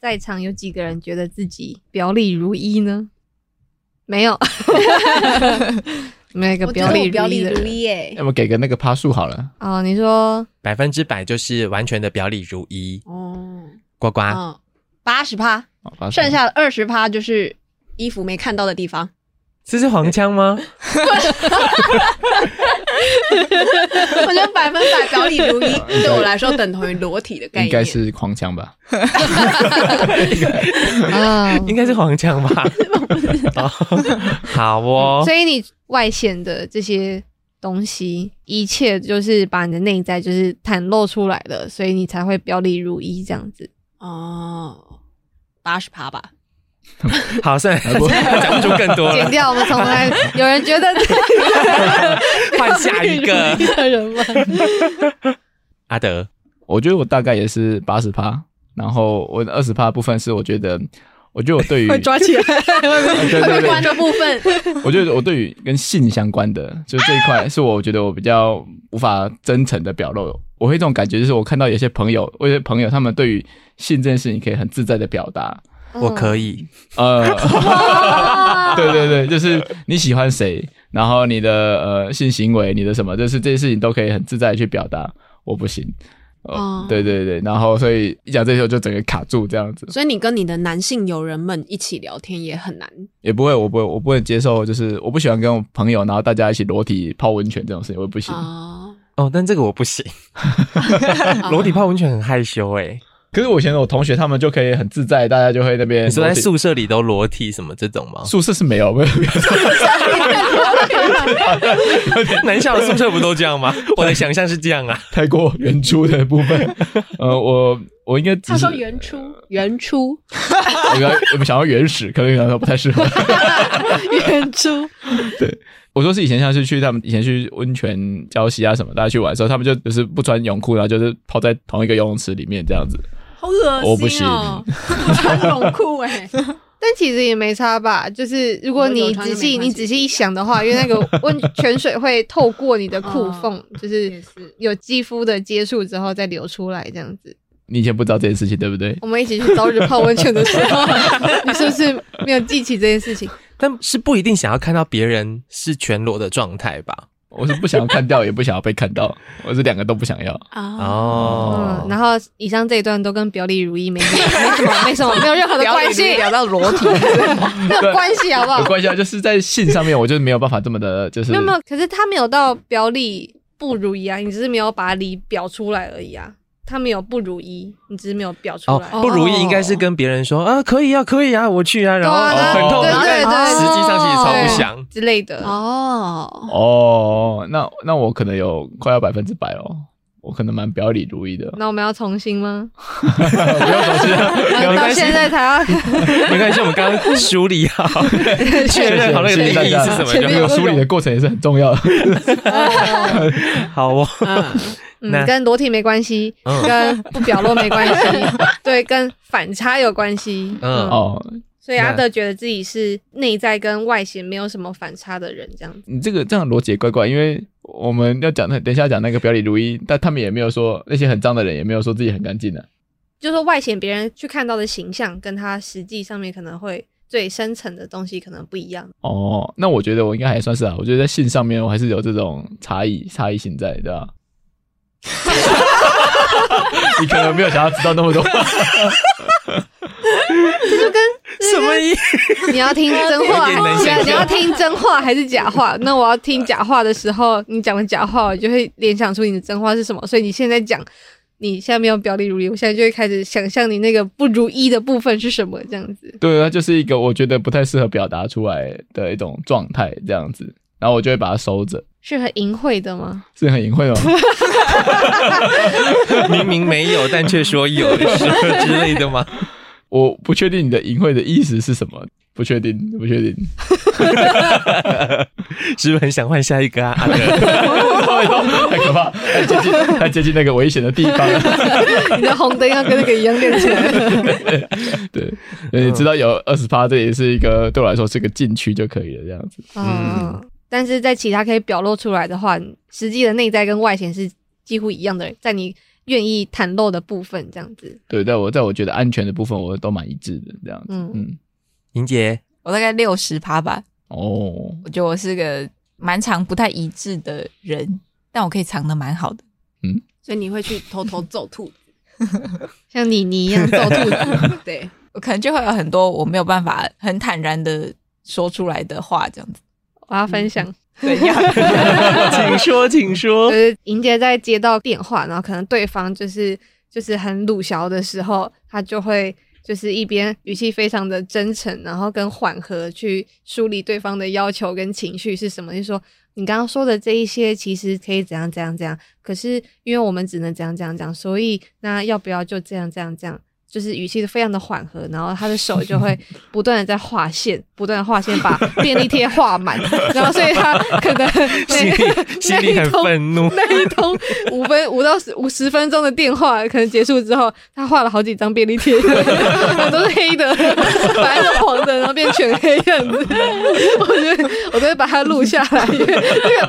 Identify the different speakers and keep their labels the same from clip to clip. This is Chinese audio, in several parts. Speaker 1: 在场有几个人觉得自己表里如一呢？没有， 没有一个
Speaker 2: 我觉
Speaker 1: 表
Speaker 2: 得
Speaker 1: 里
Speaker 2: 我表
Speaker 1: 一
Speaker 2: 里
Speaker 1: 的
Speaker 2: 如
Speaker 1: 人。
Speaker 2: 一耶
Speaker 3: 要。么给个那个趴数好了。
Speaker 1: 哦，你说
Speaker 4: 百分之百就是完全的表里如一。
Speaker 2: 哦，
Speaker 4: 呱呱，
Speaker 2: 嗯，八十趴，
Speaker 3: 哦趴数
Speaker 2: 剩下的二十趴就是衣服没看到的地方。
Speaker 4: 这是黄腔 吗？
Speaker 2: 我觉得百分百表里如一， 对我来说等同于裸体的概念。
Speaker 3: 应该是狂枪吧？
Speaker 1: 啊，
Speaker 4: 应该是黄 腔吧？哦好 哦，
Speaker 1: 所以你外显的这些东西，一切就是把你的内在就是袒露出来了，所以你才会表里如一这 样子。
Speaker 2: 哦，八十趴吧。
Speaker 4: 好，算了，讲不出更多
Speaker 1: 剪
Speaker 4: 了，
Speaker 1: 掉，我们从来有人觉得
Speaker 4: 换下一 个
Speaker 1: 的人吗？
Speaker 4: 阿德。
Speaker 3: 我觉得我大概也是八十趴，然后我二十趴部分是我觉得，我觉得我 对于
Speaker 2: 起来，
Speaker 3: 对 对对，
Speaker 2: 关的部分，
Speaker 3: 我觉得我对于跟性相关的，就是这一块是我觉得我比较无法真诚的表露。我会这种感觉，就是我看到有些朋友，我有些朋友他们对于性这件事情可以很自在的表达。
Speaker 1: 嗯
Speaker 4: 我可以，
Speaker 3: 呃，
Speaker 1: 哦
Speaker 3: 对对对，就是你喜欢谁，然后你的呃性行为，你的什么，就是这些事情都可以很自在的去表达。我不行。
Speaker 2: 哦
Speaker 3: 哦，对对对，然后所以一讲这些我就整个卡住这样子，
Speaker 2: 所以你跟你的男性友人们一起聊天也很难。
Speaker 3: 也不会，我不会，我不会接受，就是我不喜欢跟我朋友，然后大家一起裸体泡温泉这种事情，我也不 行。
Speaker 2: 哦，
Speaker 4: 哦，但这个我 不行，裸体泡温泉很害羞哎、
Speaker 3: 可是我以前我同学他们就可以很自在，大家就会那边
Speaker 4: 你说在
Speaker 3: 裸体
Speaker 4: 宿舍里都裸体什么这种吗？
Speaker 3: 宿舍是没有，没有，没有
Speaker 4: 男校的宿舍不都这样吗？我的想象是这样啊。
Speaker 3: 太过原初的部分。呃，我我应该只
Speaker 2: 他
Speaker 3: 是
Speaker 2: 说原初，原初，
Speaker 3: 我刚我们想要原始，可能想说不太适合。
Speaker 2: 原初，
Speaker 3: 我说是以前像是去他们以前去温泉礁溪啊什么，大家去玩的时候，他们就就是不穿泳裤，然后就是泡在同一个游泳池里面这样子。
Speaker 2: 好恶
Speaker 3: 我不
Speaker 2: 心
Speaker 3: 行
Speaker 2: 哦！不穿泳裤 哎，
Speaker 1: 但其实也没差吧，就是如果你仔细
Speaker 2: 我有穿就没关系
Speaker 1: 你仔细一想的话，因为那个温泉水会透过你的裤缝，就是
Speaker 2: 是。
Speaker 1: 有肌肤的接触之后再流出来这样子。
Speaker 3: 你以前不知道这件事情，对不对？
Speaker 1: 我们一起去朝日泡温泉的时候，你是不是没有记起这件事情？
Speaker 4: 但是不一定想要看到别人是全裸的状态吧？
Speaker 3: 我是不想要看到，也不想要被看到，我是两个都不想要。
Speaker 2: 啊，
Speaker 4: 哦
Speaker 1: 嗯，，然后以上这一段都跟表里如一没没什么没什么没有任何的
Speaker 5: 表
Speaker 1: 关
Speaker 5: 里如一
Speaker 2: 啊
Speaker 1: 系，
Speaker 5: 聊到裸体，
Speaker 1: 没有关系
Speaker 4: 哦
Speaker 1: 好不
Speaker 3: 有
Speaker 1: 好？
Speaker 3: 关系啊，就是在性上面，我就是没有办法这么的，就是
Speaker 1: 没有没有，可是他没有到表里不如一啊，你只是没有把里表出来而已啊。他没有不如一，你只是没有表出
Speaker 4: 哦
Speaker 1: 来。，
Speaker 4: 不如意应该是跟别人说啊，可以啊，可以啊，我去啊，然后
Speaker 1: 对啊
Speaker 4: 很痛苦，
Speaker 1: 对对对
Speaker 4: 但实际上其实超不
Speaker 1: 对
Speaker 4: 想。
Speaker 1: 之类的。
Speaker 2: 哦，
Speaker 3: 哦，那那我可能有快要百分之百哦，我可能蛮表里如一的。
Speaker 1: 那我们要重新吗？
Speaker 3: 不用走心啊，
Speaker 4: 没
Speaker 1: 到
Speaker 4: 关系
Speaker 1: 现在才要
Speaker 4: 没关系，我们刚刚梳理好，确认好那个
Speaker 3: 谢
Speaker 4: 定
Speaker 3: 谢大
Speaker 4: 义
Speaker 3: 家
Speaker 4: 是什么
Speaker 1: 前面
Speaker 3: 这
Speaker 4: 就
Speaker 3: 个
Speaker 4: 好。
Speaker 3: 梳理的过程也是很重要的。
Speaker 4: 好哦，
Speaker 2: 嗯，
Speaker 4: 那
Speaker 1: 嗯，跟裸体没关系，
Speaker 4: 嗯
Speaker 1: 跟不表露没关系， 对，跟反差有关系。
Speaker 4: 嗯
Speaker 1: 嗯，
Speaker 3: 哦，
Speaker 1: 所以阿
Speaker 4: 那
Speaker 1: 德觉得自己是内在跟外显没有什么反差的人，这样子。
Speaker 3: 你这个这样逻辑也怪怪，因为我们要讲的，等一下讲那个表里如一，但他们也没有说那些很脏的人也没有说自己很干净的。
Speaker 1: 就是说外显别人去看到的形象，跟他实际上面可能会最深层的东西可能不一样。
Speaker 3: 哦，那我觉得我应该还算是啊，我觉得在性上面我还是有这种差异差异性在，对吧？你可能没有想要知道那么多，
Speaker 4: 什 么意思？
Speaker 1: 你要听真话，
Speaker 4: 有点难
Speaker 1: 你
Speaker 4: 想
Speaker 1: 要
Speaker 4: 象
Speaker 1: 你要听真话还是假话？那我要听假话的时候，你讲的假话，我就会联想出你的真话是什么。所以你现在讲，你现在没有表里如一，我现在就会开始想象你那个不如意的部分是什么，这样子。
Speaker 3: 对，它就是一个我觉得不太适合表达出来的一种状态，这样子，然后我就会把它收着，
Speaker 1: 是很淫秽的吗？
Speaker 3: 是很隐晦吗？
Speaker 4: 明明没有，但却说有是之类的吗？
Speaker 3: 我不确定你的淫秽的意思是什么，不确定，不确定。
Speaker 4: 是不是很想换下一个啊？阿德，
Speaker 3: 太可怕，太接近，太接近那个危险的地方了。
Speaker 1: 你的红灯要跟那个一样亮起 来。
Speaker 3: 对，你知道有二十趴，这也是一个对我来说是个禁区就可以了，这样子。
Speaker 1: 嗯，但是在其他可以表露出来的话，实际的内在跟外显是几乎一样的。在你愿意袒露的部分，这样子。
Speaker 3: 对，在我在我觉得安全的部分，我都蛮一致的这样子。
Speaker 1: 嗯
Speaker 3: 嗯，
Speaker 4: 莹姐，
Speaker 5: 我大概六十趴吧，
Speaker 3: 哦，
Speaker 5: 我觉得我是个蛮常不太一致的人，但我可以藏的蛮好的。
Speaker 2: 所以你会去偷偷揍兔子，
Speaker 1: 像你你一样揍兔子，
Speaker 2: 对，
Speaker 5: 我可能就会有很多我没有办法很坦然的说出来的话，这样子。
Speaker 1: 我要分享。
Speaker 5: 怎样？
Speaker 4: 请说，请说
Speaker 1: 就。是莹姐在接到电话，然后可能对方就是就是很鲁小的时候，她就会就是一边语气非常的真诚，然后跟缓和去梳理对方的要求跟情绪是什么，就说你刚刚说的这一些其实可以怎样怎样怎样，可是因为我们只能怎样怎样怎样，所以那要不要就这样这样这样？就是语气非常的缓和，然后他的手就会不断的在画线，不断的画线把便利贴画满， 然后所以他可能
Speaker 4: 心 里心里很愤怒，
Speaker 1: 那一通五分五到十五十分钟的电话，可能结束之后，他画了好几张便利贴， 都是黑的， 本来是黄的，然后变全黑这样子。 我觉得我都会把它录下来，因 为这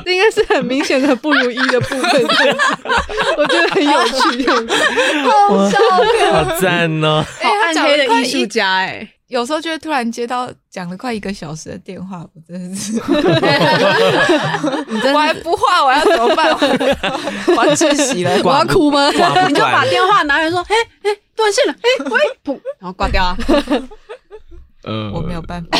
Speaker 1: 个应该是很明显的不如意的部分， 这样子我觉得很有趣这样子。
Speaker 5: 好笑
Speaker 4: 好赞哦！
Speaker 2: 好暗黑的艺术家哎、
Speaker 5: 有时候就会突然接到讲了快一个小时的电话，我 真的是，我还不画，我要怎 么办？我我要窒息了，
Speaker 1: 我要哭吗？
Speaker 4: 挂
Speaker 2: 你
Speaker 4: 不
Speaker 2: 就把
Speaker 4: 管，
Speaker 2: 电话拿来说，哎、哎、断线了， 哎、喂，噗，然后挂掉啊。
Speaker 3: 呃，
Speaker 5: 我没有办法。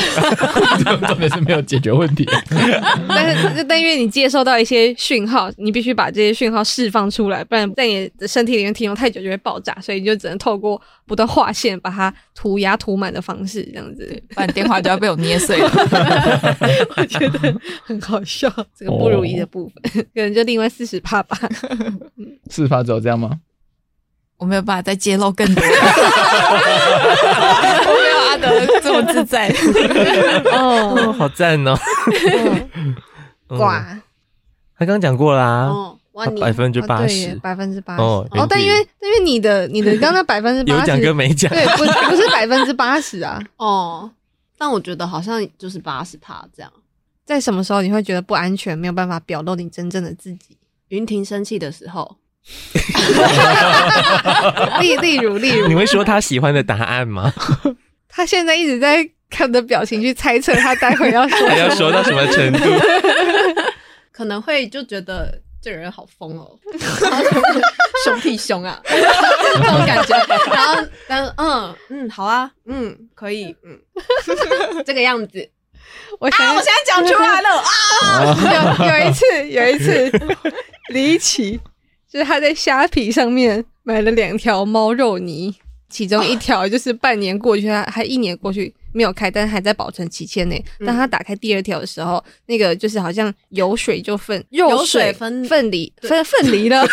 Speaker 3: 重点是没有解决问题。
Speaker 1: 但是但因为你接收到一些讯号，你必须把这些讯号释放出来，不然在你的身体里面停留太久就会爆炸，所以你就只能透过不断划线把它涂鸦涂满的方式，这样 子
Speaker 5: 不然电话就要被我捏碎了。
Speaker 1: 很好笑。这个不
Speaker 4: 哦
Speaker 1: 如意的部分，可能就另外四十趴吧。
Speaker 3: 事发之后这样吗？
Speaker 5: 我没有办法再揭露更 多，我没有阿德这么 自在。
Speaker 1: 哦，
Speaker 4: 哦好赞哦！嗯
Speaker 1: 哇，
Speaker 4: 他刚刚讲过啦，
Speaker 2: 哦，哇，
Speaker 4: 他
Speaker 2: 你
Speaker 4: 百分之
Speaker 1: 哦
Speaker 4: 八
Speaker 1: 对耶
Speaker 4: 十，
Speaker 1: 百分之八十。
Speaker 4: 哦
Speaker 1: 哦，但因为因为你的你的刚刚百分之
Speaker 4: 有
Speaker 1: 八
Speaker 4: 讲
Speaker 1: 十，
Speaker 4: 跟没讲，
Speaker 1: 对，不是不是百分之八十啊。
Speaker 2: 哦，但我觉得好像就是八十趴这样。
Speaker 1: 在什么时候你会觉得不安全，没有办法表露你真正的自己？
Speaker 2: 云婷生气的时候，
Speaker 1: 例例如例如
Speaker 4: 你，会说他喜欢的答案吗？
Speaker 1: 他现在一直在看我的表情去猜测他待会要说
Speaker 4: 还要
Speaker 1: 什么。
Speaker 4: 说到什么程度？
Speaker 2: 可能会就觉得这个人好疯哦，凶屁凶啊， 这种感觉。然后，但嗯嗯，好啊，嗯，可以， 嗯，这个样子。啊
Speaker 1: 我想，我现在讲出来了啊！有有一次，有一次离奇，就是他在虾皮上面买了两条猫肉泥，其中一条就是半年过去，还还一年过去没有开，但是还在保存期限内。
Speaker 2: 嗯
Speaker 1: 当他打开第二条的时候，那个就是好像油水就分肉
Speaker 2: 油水
Speaker 1: 分
Speaker 2: 分
Speaker 1: 分离分分离 了。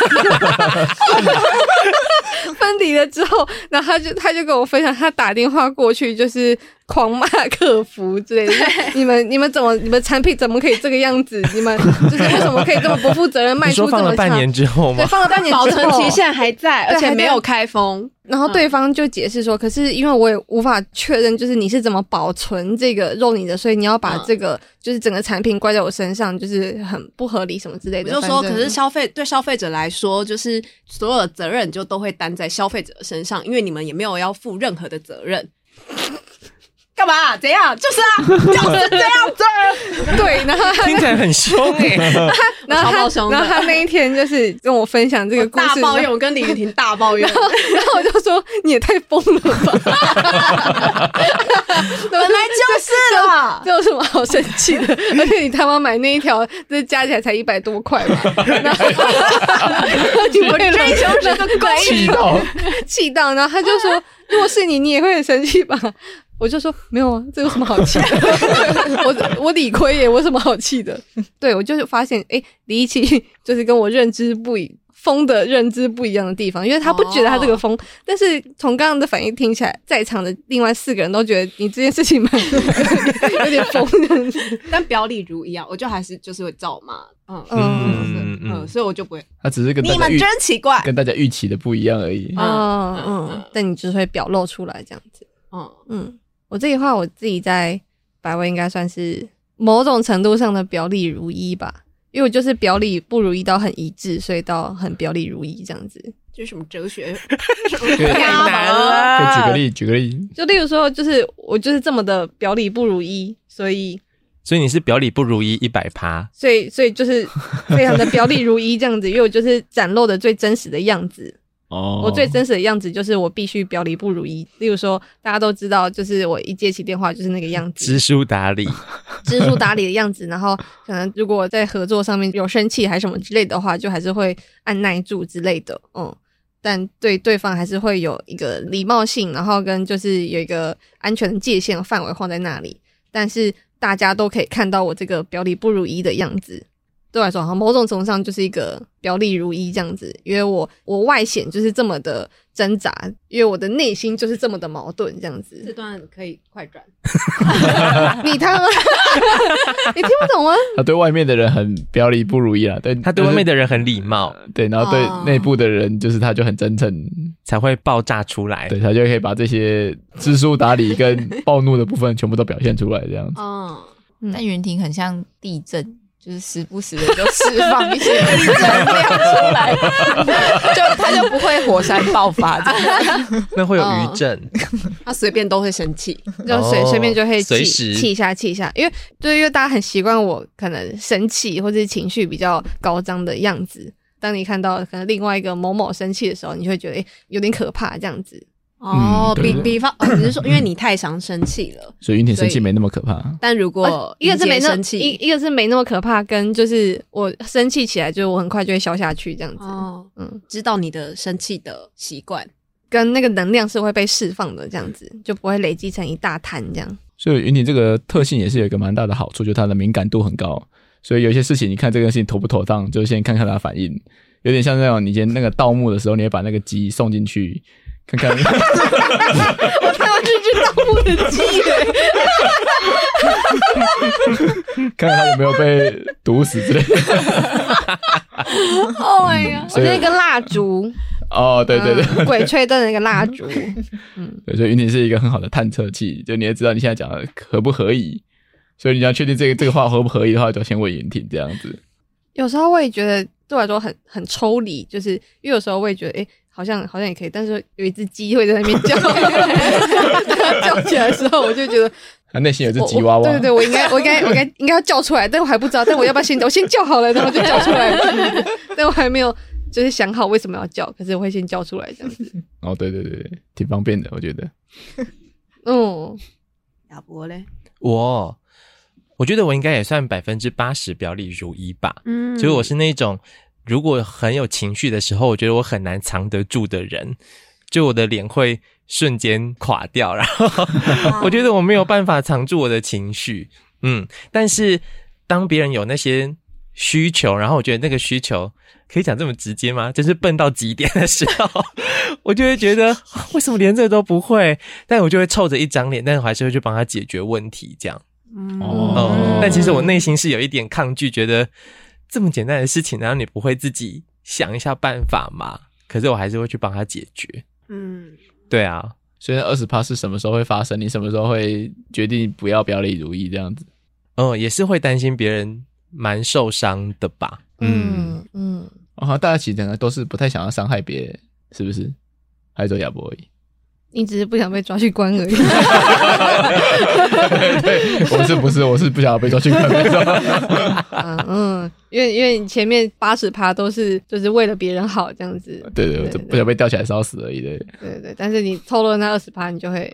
Speaker 1: 分离了之后，然后他就他就跟我分享，他打电话过去就是狂骂客服之类的， 就是你们你们怎么你们产品怎么可以这个样子？你 们就是为什么可以这么不负责任卖
Speaker 4: 你
Speaker 1: 出
Speaker 4: 说
Speaker 1: 这么
Speaker 4: 放了半
Speaker 1: 长
Speaker 4: 年之后
Speaker 1: 对，
Speaker 4: 吗？
Speaker 1: 放了半年
Speaker 2: 保
Speaker 1: 之
Speaker 2: 存
Speaker 1: 后
Speaker 2: 期。限嗯还在，
Speaker 1: 对
Speaker 2: 而且没
Speaker 1: 还
Speaker 2: 有
Speaker 1: 在
Speaker 2: 开封。
Speaker 1: 然后对方就解释说，可是因为我也无法确认，就是你是怎么保存这个肉泥的，所以你要把
Speaker 2: 嗯
Speaker 1: 这个、就是整个产品怪在我身上，就是很不合理什么之类
Speaker 2: 我
Speaker 1: 的。
Speaker 2: 就说，
Speaker 1: 反正
Speaker 2: 可是消费对消费者来说，就是所有的责任就都会担在消费者的身上，因为你们也没有要负任何的责任。 干嘛、怎样？就是啊，就是 这样子。
Speaker 1: 对，然后他
Speaker 4: 听起来 很凶哎，
Speaker 1: 然后他
Speaker 2: 超爆凶的
Speaker 1: 然后他那一天就是跟我分享这个故
Speaker 2: 大
Speaker 1: 事，
Speaker 2: 抱怨，我跟李云婷大抱 怨。
Speaker 1: 然后我就说你也太疯了吧， 本
Speaker 2: 本来就是啊啦，
Speaker 1: 这有什么好生气的？而且你他妈买那一条，这加起来才一百多块 嘛，然后 你为了
Speaker 2: 追求这个鬼
Speaker 3: 气到
Speaker 1: 气到，然后他就说，如果是你，你也会很生气吧？我就说没有啊，这有什么好气的？ 我我理亏耶，我有什么好气的？对我就是发现，哎，离奇就是跟我认知不一。疯的认知不一样的地方，因为他不觉得他这个疯，但是从刚刚的反应听起来，在场的另外四个人都觉得你这件事情蛮 有点疯的。
Speaker 2: 但表里如一啊，我就还是就是会照骂，嗯
Speaker 1: 嗯
Speaker 2: 嗯
Speaker 4: 嗯
Speaker 2: 嗯，
Speaker 4: 嗯
Speaker 2: 所以我就不会。
Speaker 3: 他只是跟大
Speaker 2: 你
Speaker 3: 家
Speaker 2: 们
Speaker 3: 预
Speaker 2: 真奇怪，
Speaker 3: 跟大家预期的不一样而已。
Speaker 1: 嗯
Speaker 2: 嗯
Speaker 1: 嗯
Speaker 2: 嗯
Speaker 1: 嗯， 但你就是会表露出来这样子。
Speaker 2: 嗯，
Speaker 1: 嗯，我自己话我自己在百威应该算是某种程度上的表里如一吧，因为我就是表里不如一到很一致，所以到很表里如一这样子。
Speaker 2: 这是什么哲 学？
Speaker 3: 对
Speaker 5: 太难
Speaker 2: 呃
Speaker 5: 了。
Speaker 3: 就举个例，举个例，
Speaker 1: 就例如说，就是我就是这么的表里不如一，所以
Speaker 4: 所以你是表里不如一一百趴，
Speaker 1: 所以所以就是非常的表里如一这样子，因为我就是展露的最真实的样子。
Speaker 4: 哦
Speaker 1: 我最真实的样子就是我必须表里不如一。例如说，大家都知道，就是我一接起电话就是那个样子，
Speaker 4: 知书达理，
Speaker 1: 知书达理的样子。然后可能如果我在合作上面有生气还是什么之类的话，就还是会按耐住之类的，嗯。但对对方还是会有一个礼貌性，然后跟就是有一个安全的界限范围放在那里。但是大家都可以看到我这个表里不如一的样子。对我啊来说，好像某种程度上就是一个表里如一这样子，因为我我外显就是这么的挣扎，因为我的内心就是这么的矛盾这样
Speaker 2: 这
Speaker 1: 子。
Speaker 2: 段可以快转。
Speaker 1: 你他妈， 你听不懂吗？
Speaker 3: 他对外面的人很表里不如一啊，对
Speaker 4: 他对外面的人很礼貌，
Speaker 3: 对，然后
Speaker 2: 哦
Speaker 3: 对内部的人就是他就很真诚，
Speaker 4: 才会爆炸出来。
Speaker 3: 对他就可以把这些知书达理跟暴怒的部分全部都表现出来，这
Speaker 1: 哦
Speaker 3: 样子。
Speaker 2: 嗯，
Speaker 5: 但云婷很像地震，就是时不时的就释放一些 地震量出来，就她就不会火山爆发这样。
Speaker 4: 那会有
Speaker 1: 嗯
Speaker 4: 余震，
Speaker 2: 他随便都会生气。
Speaker 1: 就随
Speaker 4: 哦
Speaker 1: 随便就会
Speaker 4: 随
Speaker 1: 气
Speaker 4: 时
Speaker 1: 气一下气一下，因为对，因为大家很习惯我可能生气或者情绪比较高涨的样子。当你看到可能另外一个某某生气的时候，你就会觉得、诶有点可怕这样子。
Speaker 2: 哦，
Speaker 3: 对
Speaker 2: 比
Speaker 3: 对嗯
Speaker 2: 比方，哦你是说因为你太常生气了，
Speaker 3: 所以云婷生
Speaker 2: 所
Speaker 3: 气
Speaker 2: 以
Speaker 3: 没那么可怕，
Speaker 2: 但如果
Speaker 1: 呃一个是
Speaker 2: 林
Speaker 1: 没
Speaker 2: 杰
Speaker 1: 那
Speaker 2: 生
Speaker 1: 一
Speaker 2: 气，
Speaker 1: 一个是没那么可怕，跟就是我生气起来，就是我很快就会消下去这样子。
Speaker 2: 哦，
Speaker 1: 嗯，
Speaker 2: 知道你的生气的习惯，
Speaker 1: 跟那个能量是会被释放的，这样子就不会累积成一大滩这样。
Speaker 3: 所以云婷这个特性也是有一个蛮大的好处，就是她的敏感度很高。所以有一些事情，你看这个事情妥不妥当，就先看看她的反应。有点像那种你今天那个盗墓的时候，你会把那个鸡送进去看看，
Speaker 1: 我看到这只盗墓的鸡耶，
Speaker 3: 看看它有没有被毒死之 类的。
Speaker 2: 哦哎呀，
Speaker 1: 我
Speaker 3: 所以
Speaker 1: 那个蜡烛，
Speaker 3: 哦，对对对，
Speaker 1: 嗯 鬼吹灯的那个蜡烛，
Speaker 3: 对，所以云婷是一个很好的探测器，就你也知道你现在讲的合不合宜。所以你要确定这个这个话合不合宜的话，就先问云婷这样子。
Speaker 1: 有时候我也觉得对我来说很很抽离，就是因为有时候我也觉得，哎、好像好像也可以，但是有一只鸡会在那边叫，叫起来的时候，我就觉得
Speaker 3: 她内 心有只
Speaker 1: 我
Speaker 3: 吉娃
Speaker 1: 我
Speaker 3: 娃，
Speaker 1: 对对对，我应该我应该我应该应该要叫出来，但我还不知道，但我要不要先我先叫好了，然后就叫出来了，但我还没有就是想好为什么要叫，可是我会先叫出来这样子。
Speaker 3: 哦，对对对对，挺方便的，我觉得。
Speaker 1: 嗯，
Speaker 2: 亚伯嘞，
Speaker 4: 我我觉得我应该也算百分之八十表里如一吧。
Speaker 2: 嗯
Speaker 4: 所以我是那种如果很有情绪的时候，我觉得我很难藏得住的人，就我的脸会瞬间垮掉，然后我觉得我没有办法藏住我的情绪，嗯，但是当别人有那些需求，然后我觉得那个需求。可以讲这么直接吗？真是笨到极点的时候，我就会觉得为什么连这都不会？但我就会臭着一张脸，但是我还是会去帮他解决问题，这样。
Speaker 3: 哦
Speaker 4: 哦，但其实我内心是有一点抗拒，觉得这么简单的事情，然后你不会自己想一下办法吗？可是我还是会去帮他解决。
Speaker 2: 嗯，
Speaker 4: 对啊，
Speaker 3: 所以二十趴是什么时候会发生？你什么时候会决定不要表里如一这样子？
Speaker 4: 嗯，也是会担心别人蛮受伤的吧？
Speaker 1: 嗯嗯，
Speaker 3: 哦，好像大家其实整个都是不太想要伤害别人，是不是？还是只有亚伯而已。
Speaker 1: 你只是不想被抓去关而已。
Speaker 3: 对，我是不是我是不想要被抓去关？
Speaker 1: 嗯嗯，因为因为你前面八十趴都是就是为了别人好这样子，
Speaker 3: 对对，我只不想被吊起来烧死而已。对，
Speaker 1: 对对，但是你透露那二十趴，你就会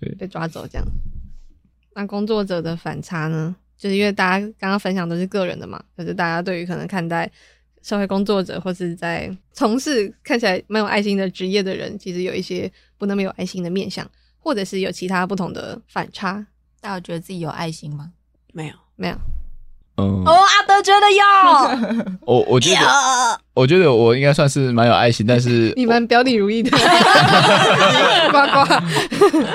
Speaker 3: 对
Speaker 1: 被抓走这样。那工作者的反差呢？就是因为大家刚刚分享都是个人的嘛，可是大家对于可能看待社会工作者或是在从事看起来蛮有爱心的职业的人，其实有一些不那么有爱心的面相，或者是有其他不同的反差。
Speaker 5: 大家有觉得自己有爱心吗？
Speaker 2: 没有，
Speaker 1: 没有，
Speaker 3: 嗯，
Speaker 5: 阿德觉 得有，
Speaker 3: 我我觉得我觉得我应该算是蛮有爱心，但是
Speaker 1: 你们表里如 一的，呱呱。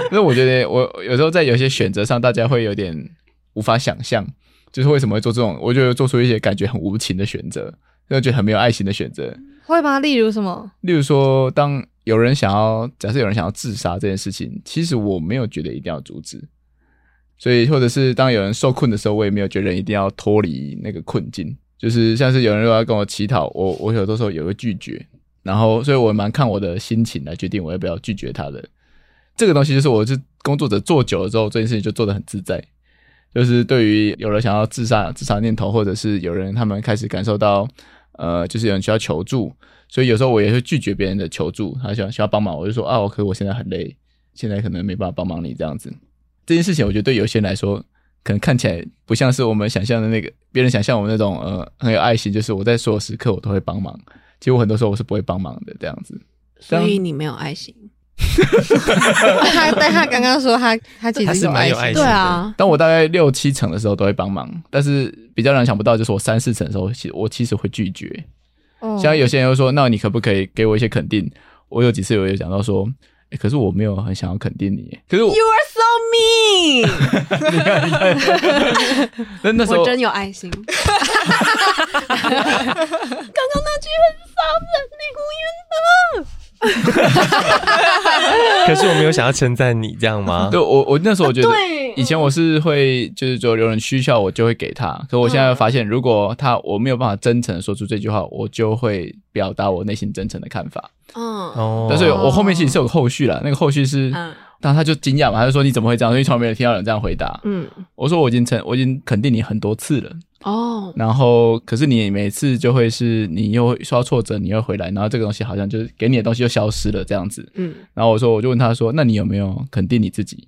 Speaker 3: 那我觉得我有时候在有些选择上，大家会有点无法想象，就是为什么会做这种，我就做出一些感觉很无情的选择，就觉得很没有爱心的选择。
Speaker 1: 会吗？例如什么？
Speaker 3: 例如说，当有人想要，假设有人想要自杀这件事情，其实我没有觉得一定要阻止，所以或者是当有人受困的时候，我也没有觉得人一定要脱离那个困境。就是像是有人如果要跟我乞讨，我我有的时候也会拒绝，然后所以我蛮看我的心情来决定我要不要拒绝他的。这个东西就是我是工作者做久了之后，这件事情就做得很自在。就是对于有人想要自杀自杀念头，或者是有人他们开始感受到，呃，就是有人需要求助，所以有时候我也会拒绝别人的求助，他想需要帮忙，我就说啊，我可我现在很累，现在可能没办法帮忙你这样子。这件事情我觉得对有些人来说，可能看起来不像是我们想象的那个别人想象我们那种呃很有爱心，就是我在所有时刻我都会帮忙，其实我很多时候我是不会帮忙的这样子。
Speaker 2: 所以你没有爱心。
Speaker 1: 他但他刚刚说他他其
Speaker 4: 他
Speaker 1: 实
Speaker 4: 是蛮有
Speaker 1: 心
Speaker 4: 爱心
Speaker 2: 对
Speaker 4: 的，
Speaker 2: 啊，
Speaker 3: 当我大概六七成的时候都会帮忙，但是比较让人想不到就是我三四成的时候，其实我其实会拒绝。
Speaker 1: 哦
Speaker 3: 像有些人又说，那你可不可以给我一些肯定？我有几次有也讲到说，诶可是我没有很想要肯定你，可是我
Speaker 2: You are so mean！
Speaker 3: 那那时候
Speaker 2: 我真有爱心。刚刚那句很伤人，那个
Speaker 4: 可是我没有想要称赞你，这样 吗
Speaker 3: 对？我我那时候我觉得
Speaker 2: 啊对，嗯
Speaker 3: 以前我是会就是说有人需要我就会给他，可我现
Speaker 2: 嗯
Speaker 3: 在发现，如果他我没有办法真诚的说出这句话，我就会表达我内心真诚的看法。
Speaker 2: 嗯
Speaker 4: 哦，
Speaker 3: 但是我后面其实是有个后续了，那个后续是，
Speaker 2: 嗯
Speaker 3: 当他就惊讶嘛，他就说你怎么会这样？因为从来没有听到有人这样回答。
Speaker 2: 嗯，
Speaker 3: 我说我已经承，我已经肯定你很多次了，
Speaker 2: 哦，
Speaker 3: 然后可是你每次就会是你又会受到挫折，你又回来，然后这个东西好像就是给你的东西又消失了这样子。
Speaker 2: 嗯
Speaker 3: 然后我说我就问他说，那你有没有肯定你自己？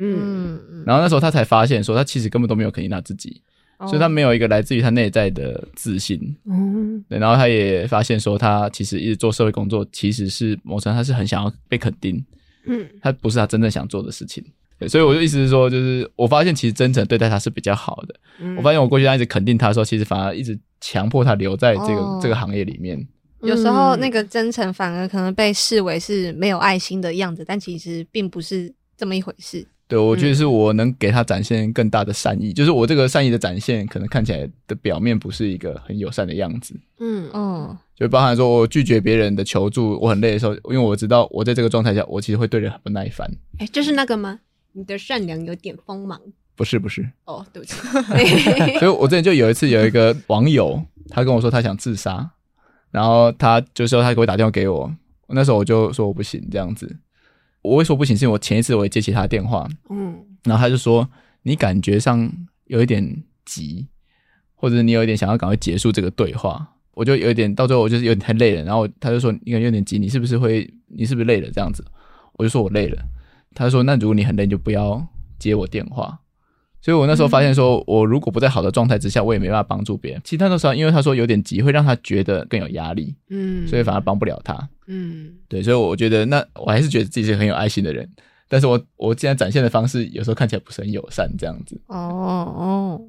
Speaker 2: 嗯
Speaker 1: 嗯，
Speaker 3: 然后那时候他才发现说，他其实根本都没有肯定他自己，所以他没有一个来自于他内在的自信。
Speaker 2: 嗯
Speaker 3: 对，然后他也发现说，他其实一直做社会工作，其实是某程度上他是很想要被肯定，
Speaker 2: 嗯，
Speaker 3: 他不是他真正想做的事情。对所以我就意思是说，就是我发现其实真诚对待他是比较好的。
Speaker 2: 嗯
Speaker 3: 我发现我过去他一直肯定他的时候，其实反而一直强迫他留在这个、
Speaker 1: 哦
Speaker 3: 这个行业里面。
Speaker 1: 有时候那个真诚反而可能被视为是没有爱心的样子，但其实并不是这么一回事。
Speaker 3: 对，我觉得是我能给他展现更大的善意，就是我这个善意的展现，可能看起来的表面不是一个很友善的样子。
Speaker 2: 嗯
Speaker 1: 嗯，
Speaker 3: 就包含说我拒绝别人的求助，我很累的时候，因为我知道我在这个状态下，我其实会对人很不耐烦。
Speaker 2: 哎，这是那个吗？你的善良有点锋芒。
Speaker 3: 不是不是，
Speaker 2: 哦，对不起。
Speaker 3: 所以我之前就有一次有一个网友，他跟我说他想自杀，然后他就说他给我打电话给我，那时候我就说我不行这样子。我为什么不行？是因为我前一次我也接起他的电话，
Speaker 2: 嗯
Speaker 3: 然后他就说你感觉上有一点急，或者你有一点想要赶快结束这个对话。我就有一点到最后我就是有点太累了，然后他就说你感觉有点急，你是不是会你是不是累了这样子？我就说我累了。他就说那如果你很累，你就不要接我电话。所以我那时候发现说，我如果不在好的状态之下，我也没办法帮助别人。其他的时候，因为他说有点急，会让他觉得更有压力，
Speaker 2: 嗯
Speaker 3: 所以反而帮不了他。
Speaker 2: 嗯
Speaker 3: 对，所以我觉得那我还是觉得自己是很有爱心的人，但是我我现在展现的方式有时候看起来不是很友善，这样子。
Speaker 1: 哦哦，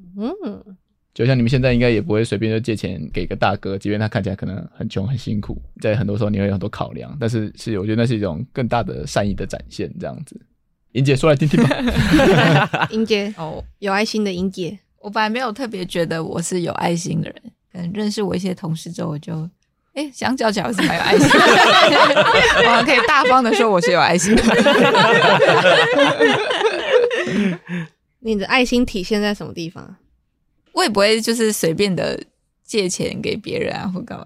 Speaker 1: 嗯，
Speaker 3: 就像你们现在应该也不会随便就借钱给个大哥，即便他看起来可能很穷很辛苦，在很多时候你会有很多考量，但是是我觉得那是一种更大的善意的展现，这样子。莹姐说来听听 吧，
Speaker 1: 英姐
Speaker 5: 哦，
Speaker 1: 有爱心的英姐，
Speaker 5: 我本来没有特别觉得我是有爱心的人，可能认识我一些同事之后，我就哎、诶相较起来我是蛮有爱心的， 我还可以大方的说我是有爱心的人。
Speaker 1: 你的爱心体现在什么地方？啊
Speaker 5: 我也不会就是随便的借钱给别人啊或干嘛，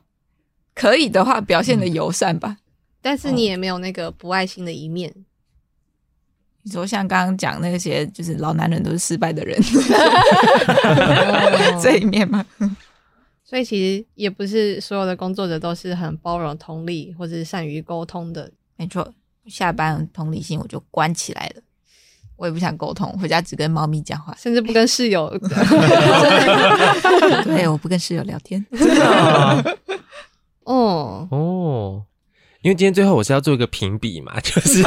Speaker 5: 可以的话表现的友善吧。
Speaker 1: 但是你也没有那个不爱心的一面，
Speaker 5: 你说像刚刚讲那些，就是老男人都是失败 的人这一面吗？
Speaker 1: 所以其实也不是所有的工作者都是很包容、同理或者是善于沟通的。。
Speaker 5: 没错，下班同理心我就关起来了，我也不想沟通，回家只跟猫咪讲话
Speaker 1: 甚至不跟室友
Speaker 5: 对，我不跟室友聊天。
Speaker 1: 哦，
Speaker 4: 哦，因为今天最后我是要做一个评比嘛，就是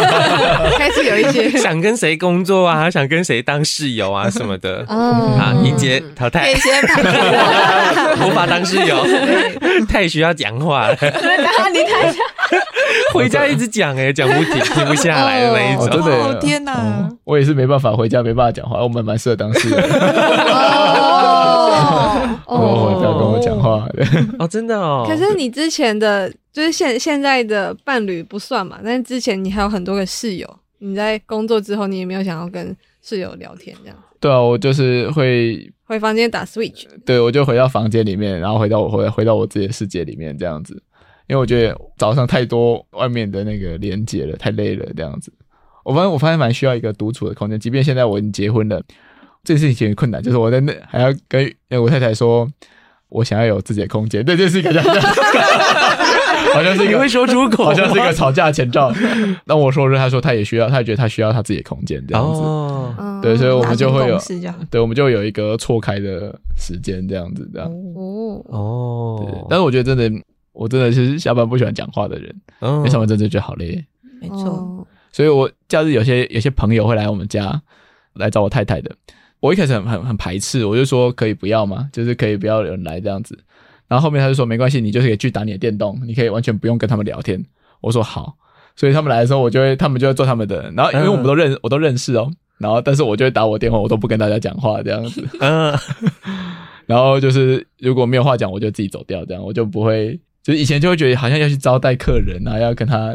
Speaker 1: 开始有一些
Speaker 4: 想跟谁工作啊，想跟谁当室友啊什么的。啊，
Speaker 1: 哦，
Speaker 4: 莹姐淘
Speaker 5: 可
Speaker 4: 汰
Speaker 5: 以，先排除我，
Speaker 4: 无法当室友， 太需要讲话了。
Speaker 2: 你看，
Speaker 4: 回家一直讲哎、讲不停，停不下来的那一
Speaker 3: 哦，
Speaker 4: 种。
Speaker 3: 真的，
Speaker 5: 哦天哪
Speaker 3: 哦我也是没办法回家，没办法讲话，我们蛮适合当事人，
Speaker 1: 哦
Speaker 3: 哦，不要跟我讲话。 对
Speaker 4: 哦，真的哦。
Speaker 1: 可是你之前的，就是现现在的伴侣不算嘛，但是之前你还有很多个室友，你在工作之后，你也没有想要跟室友聊天，这样
Speaker 3: 对啊，我就是会
Speaker 1: 回房间打 Switch，
Speaker 3: 对，我就回到房间里面，然后回到我回回到我自己的世界里面这样子。因为我觉得早上太多外面的那个连接了，太累了这样子。我发现我发现蛮需要一个独处的空间，即便现在我已经结婚了，这件事情很困难，就是我在那还要跟哎我太太说，我想要有自己的空间，对这件事情感觉好像 好像是一
Speaker 4: 你
Speaker 3: 个
Speaker 4: 会说出口吗，
Speaker 3: 好像是一个吵架前兆。那我说是，他说他也需要，他觉得他需要他自己的空间这样子。
Speaker 4: 哦，
Speaker 1: 嗯
Speaker 3: 对，所以我们就会有
Speaker 5: 达成共识就好，
Speaker 3: 对，我们就有一个错开的时间这样子这样。
Speaker 1: 哦，
Speaker 3: 对
Speaker 4: 哦，
Speaker 3: 但是我觉得真的，我真的是下班不喜欢讲话的人，
Speaker 4: 嗯
Speaker 3: 没上班真的觉得好累。
Speaker 5: 没错，
Speaker 1: 哦，
Speaker 3: 所以我假日有些有些朋友会来我们家来找我太太的，我一开始很很很排斥，我就说可以不要嘛，就是可以不要有人来这样子。然后后面他就说没关系，你就是可以去打你的电动，你可以完全不用跟他们聊天。我说好，所以他们来的时候，我就会他们就会做他们的，然后因为我们都认、我都认识哦，然后但是我就会打我电话，我都不跟大家讲话这样子。
Speaker 4: 嗯，
Speaker 3: 然后就是如果没有话讲，我就自己走掉，这样我就不会，就是以前就会觉得好像要去招待客人啊，要跟他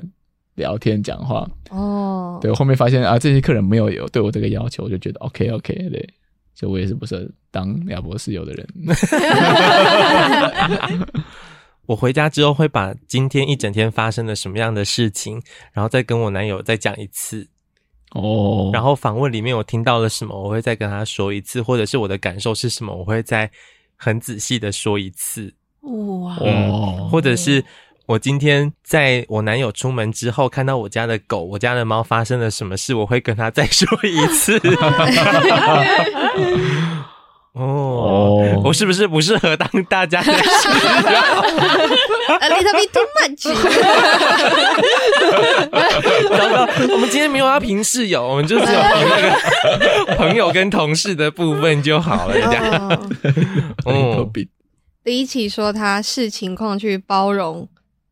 Speaker 3: 聊天讲话。
Speaker 1: 哦，
Speaker 3: 对，后面发现啊，这些客人没有有对我这个要求，我就觉得 OK OK，对，所以我也是不适合当亚博室友的人。
Speaker 4: 我回家之后会把今天一整天发生了什么样的事情，然后再跟我男友再讲一次，
Speaker 3: 哦，
Speaker 4: 然
Speaker 3: 后
Speaker 4: 后访问里面我听到了什么，我会再跟他说一次，或者是我的感受是什么，我会再很仔细的说一次，
Speaker 5: 哇，
Speaker 3: 哦，
Speaker 4: 或者是我今天在我男友出门之后看到我家的狗、我家的猫发生了什么事，我会跟他再 说一次。哦，
Speaker 3: 哦
Speaker 4: 我是不是不适合当大家的室友？
Speaker 2: 呃
Speaker 1: a little bit too much，
Speaker 4: 糟糕我们今天没有要评室友，我们就只有评那个 朋友跟同事的部分就好了。这样，
Speaker 1: 哦
Speaker 4: 嗯，
Speaker 1: 李奇说他视情况去包容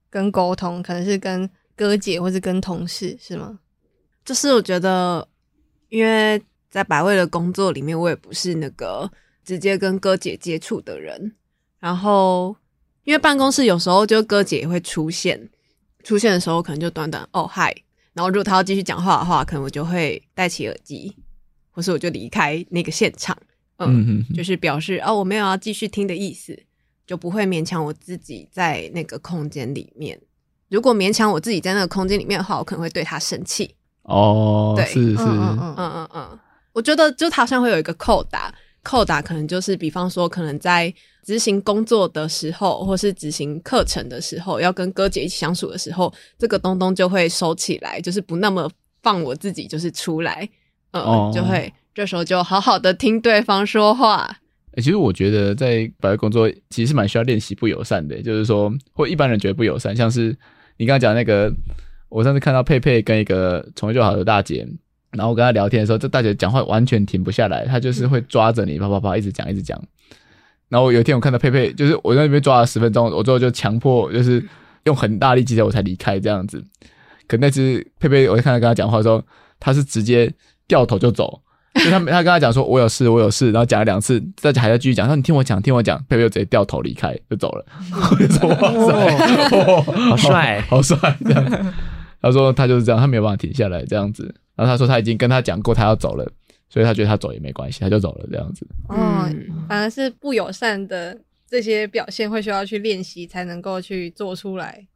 Speaker 1: 跟沟通，可能是跟哥姐或是跟同事是吗？
Speaker 2: 就是我觉得，因为在百味的工作里面，我也不是那个直接跟哥姐接触的人。然后，因为办公室有时候就哥姐也会出现，出现的时候可能就短短哦嗨，然后如果她要继续讲话的话，可能我就会戴起耳机，或是我就离开那个现场。嗯，
Speaker 3: 嗯嗯，
Speaker 2: 就是表示哦我没有要继续听的意思，就不会勉强我自己在那个空间里面。如果勉强我自己在那个空间里面的话，我可能会对他生气。
Speaker 3: 哦，
Speaker 2: 对
Speaker 3: 是是，
Speaker 1: 嗯嗯嗯，
Speaker 2: 嗯嗯嗯，我觉得就它好像会有一个扣打，扣打可能就是比方说，可能在执行工作的时候，或是执行课程的时候，要跟哥姐一起相处的时候，这个东东就会收起来，就是不那么放我自己就是出来，嗯，
Speaker 3: 哦
Speaker 2: 就会这时候就好好的听对方说话，
Speaker 3: 欸其实我觉得在百位工作其实是蛮需要练习不友善的，就是说，或一般人觉得不友善，像是你刚刚讲那个，我上次看到佩佩跟一个从就好的大姐，然后我跟她聊天的时候，这大姐讲话完全停不下来，她就是会抓着你啪啪啪一直讲一直讲。然后有一天我看到佩佩，就是我在那边抓了十分钟，我最后就强迫就是用很大力气的我才离开这样子。可那只佩佩，我在看她跟她讲话的时候，她是直接掉头就走， 就他们他跟他讲说，我有事，我有事，然后讲了两次，大家还在继续讲，说你听我讲，听我讲， 佩佩就直接掉头离开就走了，我就说哇塞，哦好
Speaker 4: 帅
Speaker 3: 好帅这样。他说他就是这样，他没有办法停下来这样子。然后他说他已经跟他讲过他要走了，所以他觉得他走也没关系，他就走了这样子。
Speaker 1: 哦，
Speaker 2: 嗯
Speaker 1: 反而是不友善的这些表现会需要去练习才能够去做出来。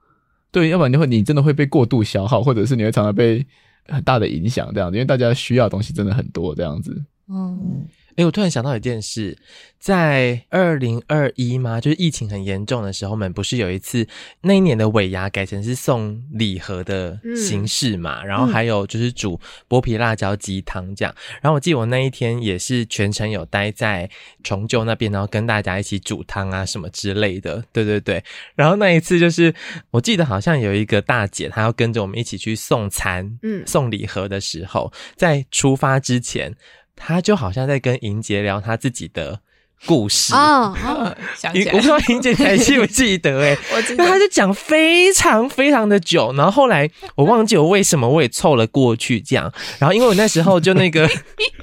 Speaker 3: 对，要不然你会你真的会被过度消耗，或者是你会常常被 很大的影响这样子，因为大家需要的东西真的很多这样子。
Speaker 5: 哦
Speaker 1: 嗯，
Speaker 4: 哎、我突然想到一件事，在二零二一嘛，就是疫情很严重的时候，我们不是有一次那一年的尾牙改成是送礼盒的形式嘛，然后还有就是煮剥皮辣椒鸡汤这样。然后我记得我那一天也是全程有待在崇旧那边，然后跟大家一起煮汤啊什么之类的。对对对，然后那一次就是我记得好像有一个大姐，她要跟着我们一起去送餐，
Speaker 2: 嗯
Speaker 4: 送礼盒的时候，在出发之前。他就好像在跟莹姐聊他自己的故事。
Speaker 1: 哦，
Speaker 5: 哦想
Speaker 4: 莹
Speaker 5: 起来
Speaker 4: 我不知道莹姐还记不记得哎、欸
Speaker 5: 我记
Speaker 4: 那他
Speaker 5: 得
Speaker 4: 就讲非常非常的久，然后后来我忘记我为什么我也凑了过去这样，然后因为我那时候就那个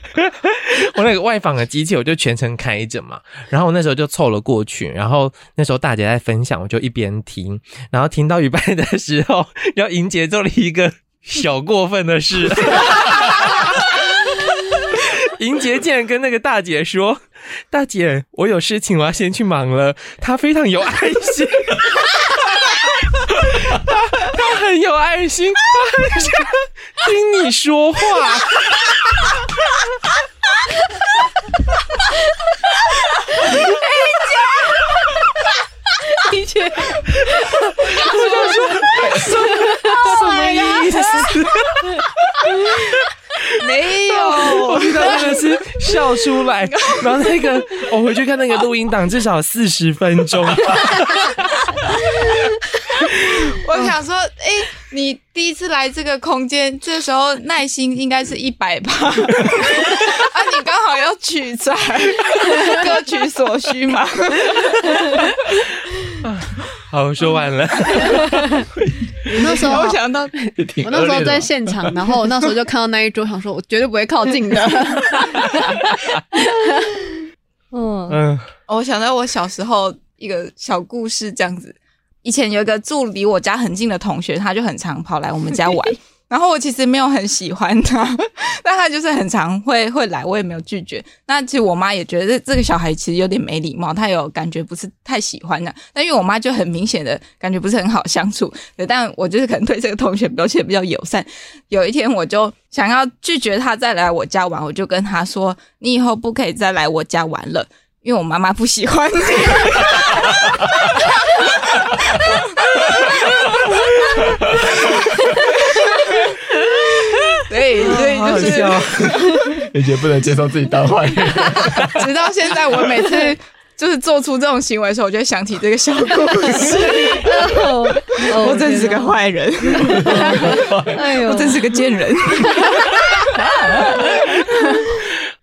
Speaker 4: 我那个外访的机器我就全程开着嘛，然后我那时候就凑了过去，然后那时候大姐在分享，我就一边听，然后听到一半的时候，然后莹姐做了一个 小过分的事， 莹姐竟然跟那个大姐说：“大姐，我有事情，我要先去忙了。”她非常有爱心。他很有爱心，他很想听你说话。
Speaker 2: 的确，
Speaker 4: 什么意思？
Speaker 5: 没有
Speaker 4: 我听到真的是笑出来，然后那个我回去看那个录音档，至少四十分钟吧。
Speaker 5: 我想说，哎、你第一次来这个空间，这时候耐心应该是一百吧？ 啊，你刚好要取 材，各取所需嘛。
Speaker 4: 好，我说完了。
Speaker 2: 我那时候
Speaker 5: 我想到，
Speaker 2: 我那时候在现场，然后我那时候就看到那一桌，想说我绝对不会靠近的。
Speaker 1: 嗯，
Speaker 4: 嗯，
Speaker 5: 哦我想到我小时候一个小故事，这样子。以前有一个住离我家很近的同学，他就很常跑来我们家玩。然后我其实没有很喜欢他， 但他就是很常会会来，我也没有拒绝。那其实我妈也觉得这这个小孩其实有点没礼貌，她有感觉不是太喜欢的。但因为我妈就很明显的感觉不是很好相处，对，但我就是可能对这个同学表现比较友善。有一天我就想要拒绝他再来我家玩，我就跟他说：“你以后不可以再来我家玩了，因为我妈妈不喜欢你。” 对，所以
Speaker 4: 好
Speaker 5: 就是
Speaker 4: 笑。哦
Speaker 3: 也觉得不能接受自己当坏人，
Speaker 5: 直到现在，我每次就是做出这种行为的时候，我就会想起这个小故事。
Speaker 1: 哦
Speaker 5: 我真是个，坏人，
Speaker 1: 天哪哎呦
Speaker 5: 我，真是个贱人。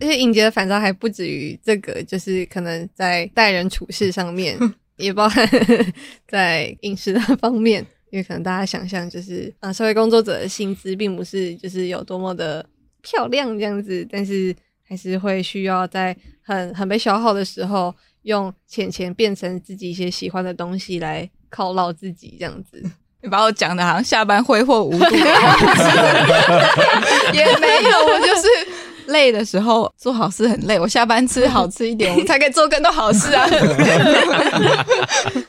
Speaker 1: 而且影杰的反差还不止于这个，就是可能在待人处事上面， 也包含在饮食的方面，因为可能大家想象就是，啊、社会工作者的薪资并不是就是有多么的漂亮这样子，但是还是会需要在很很被消耗的时候，用钱钱变成自己一些喜欢的东西来犒劳自己这样子。
Speaker 5: 你把我讲的好像下班挥霍无度， 也没有，我就是累的时候做好事很累，我下班吃好吃一点，我才可以做更多好事 啊。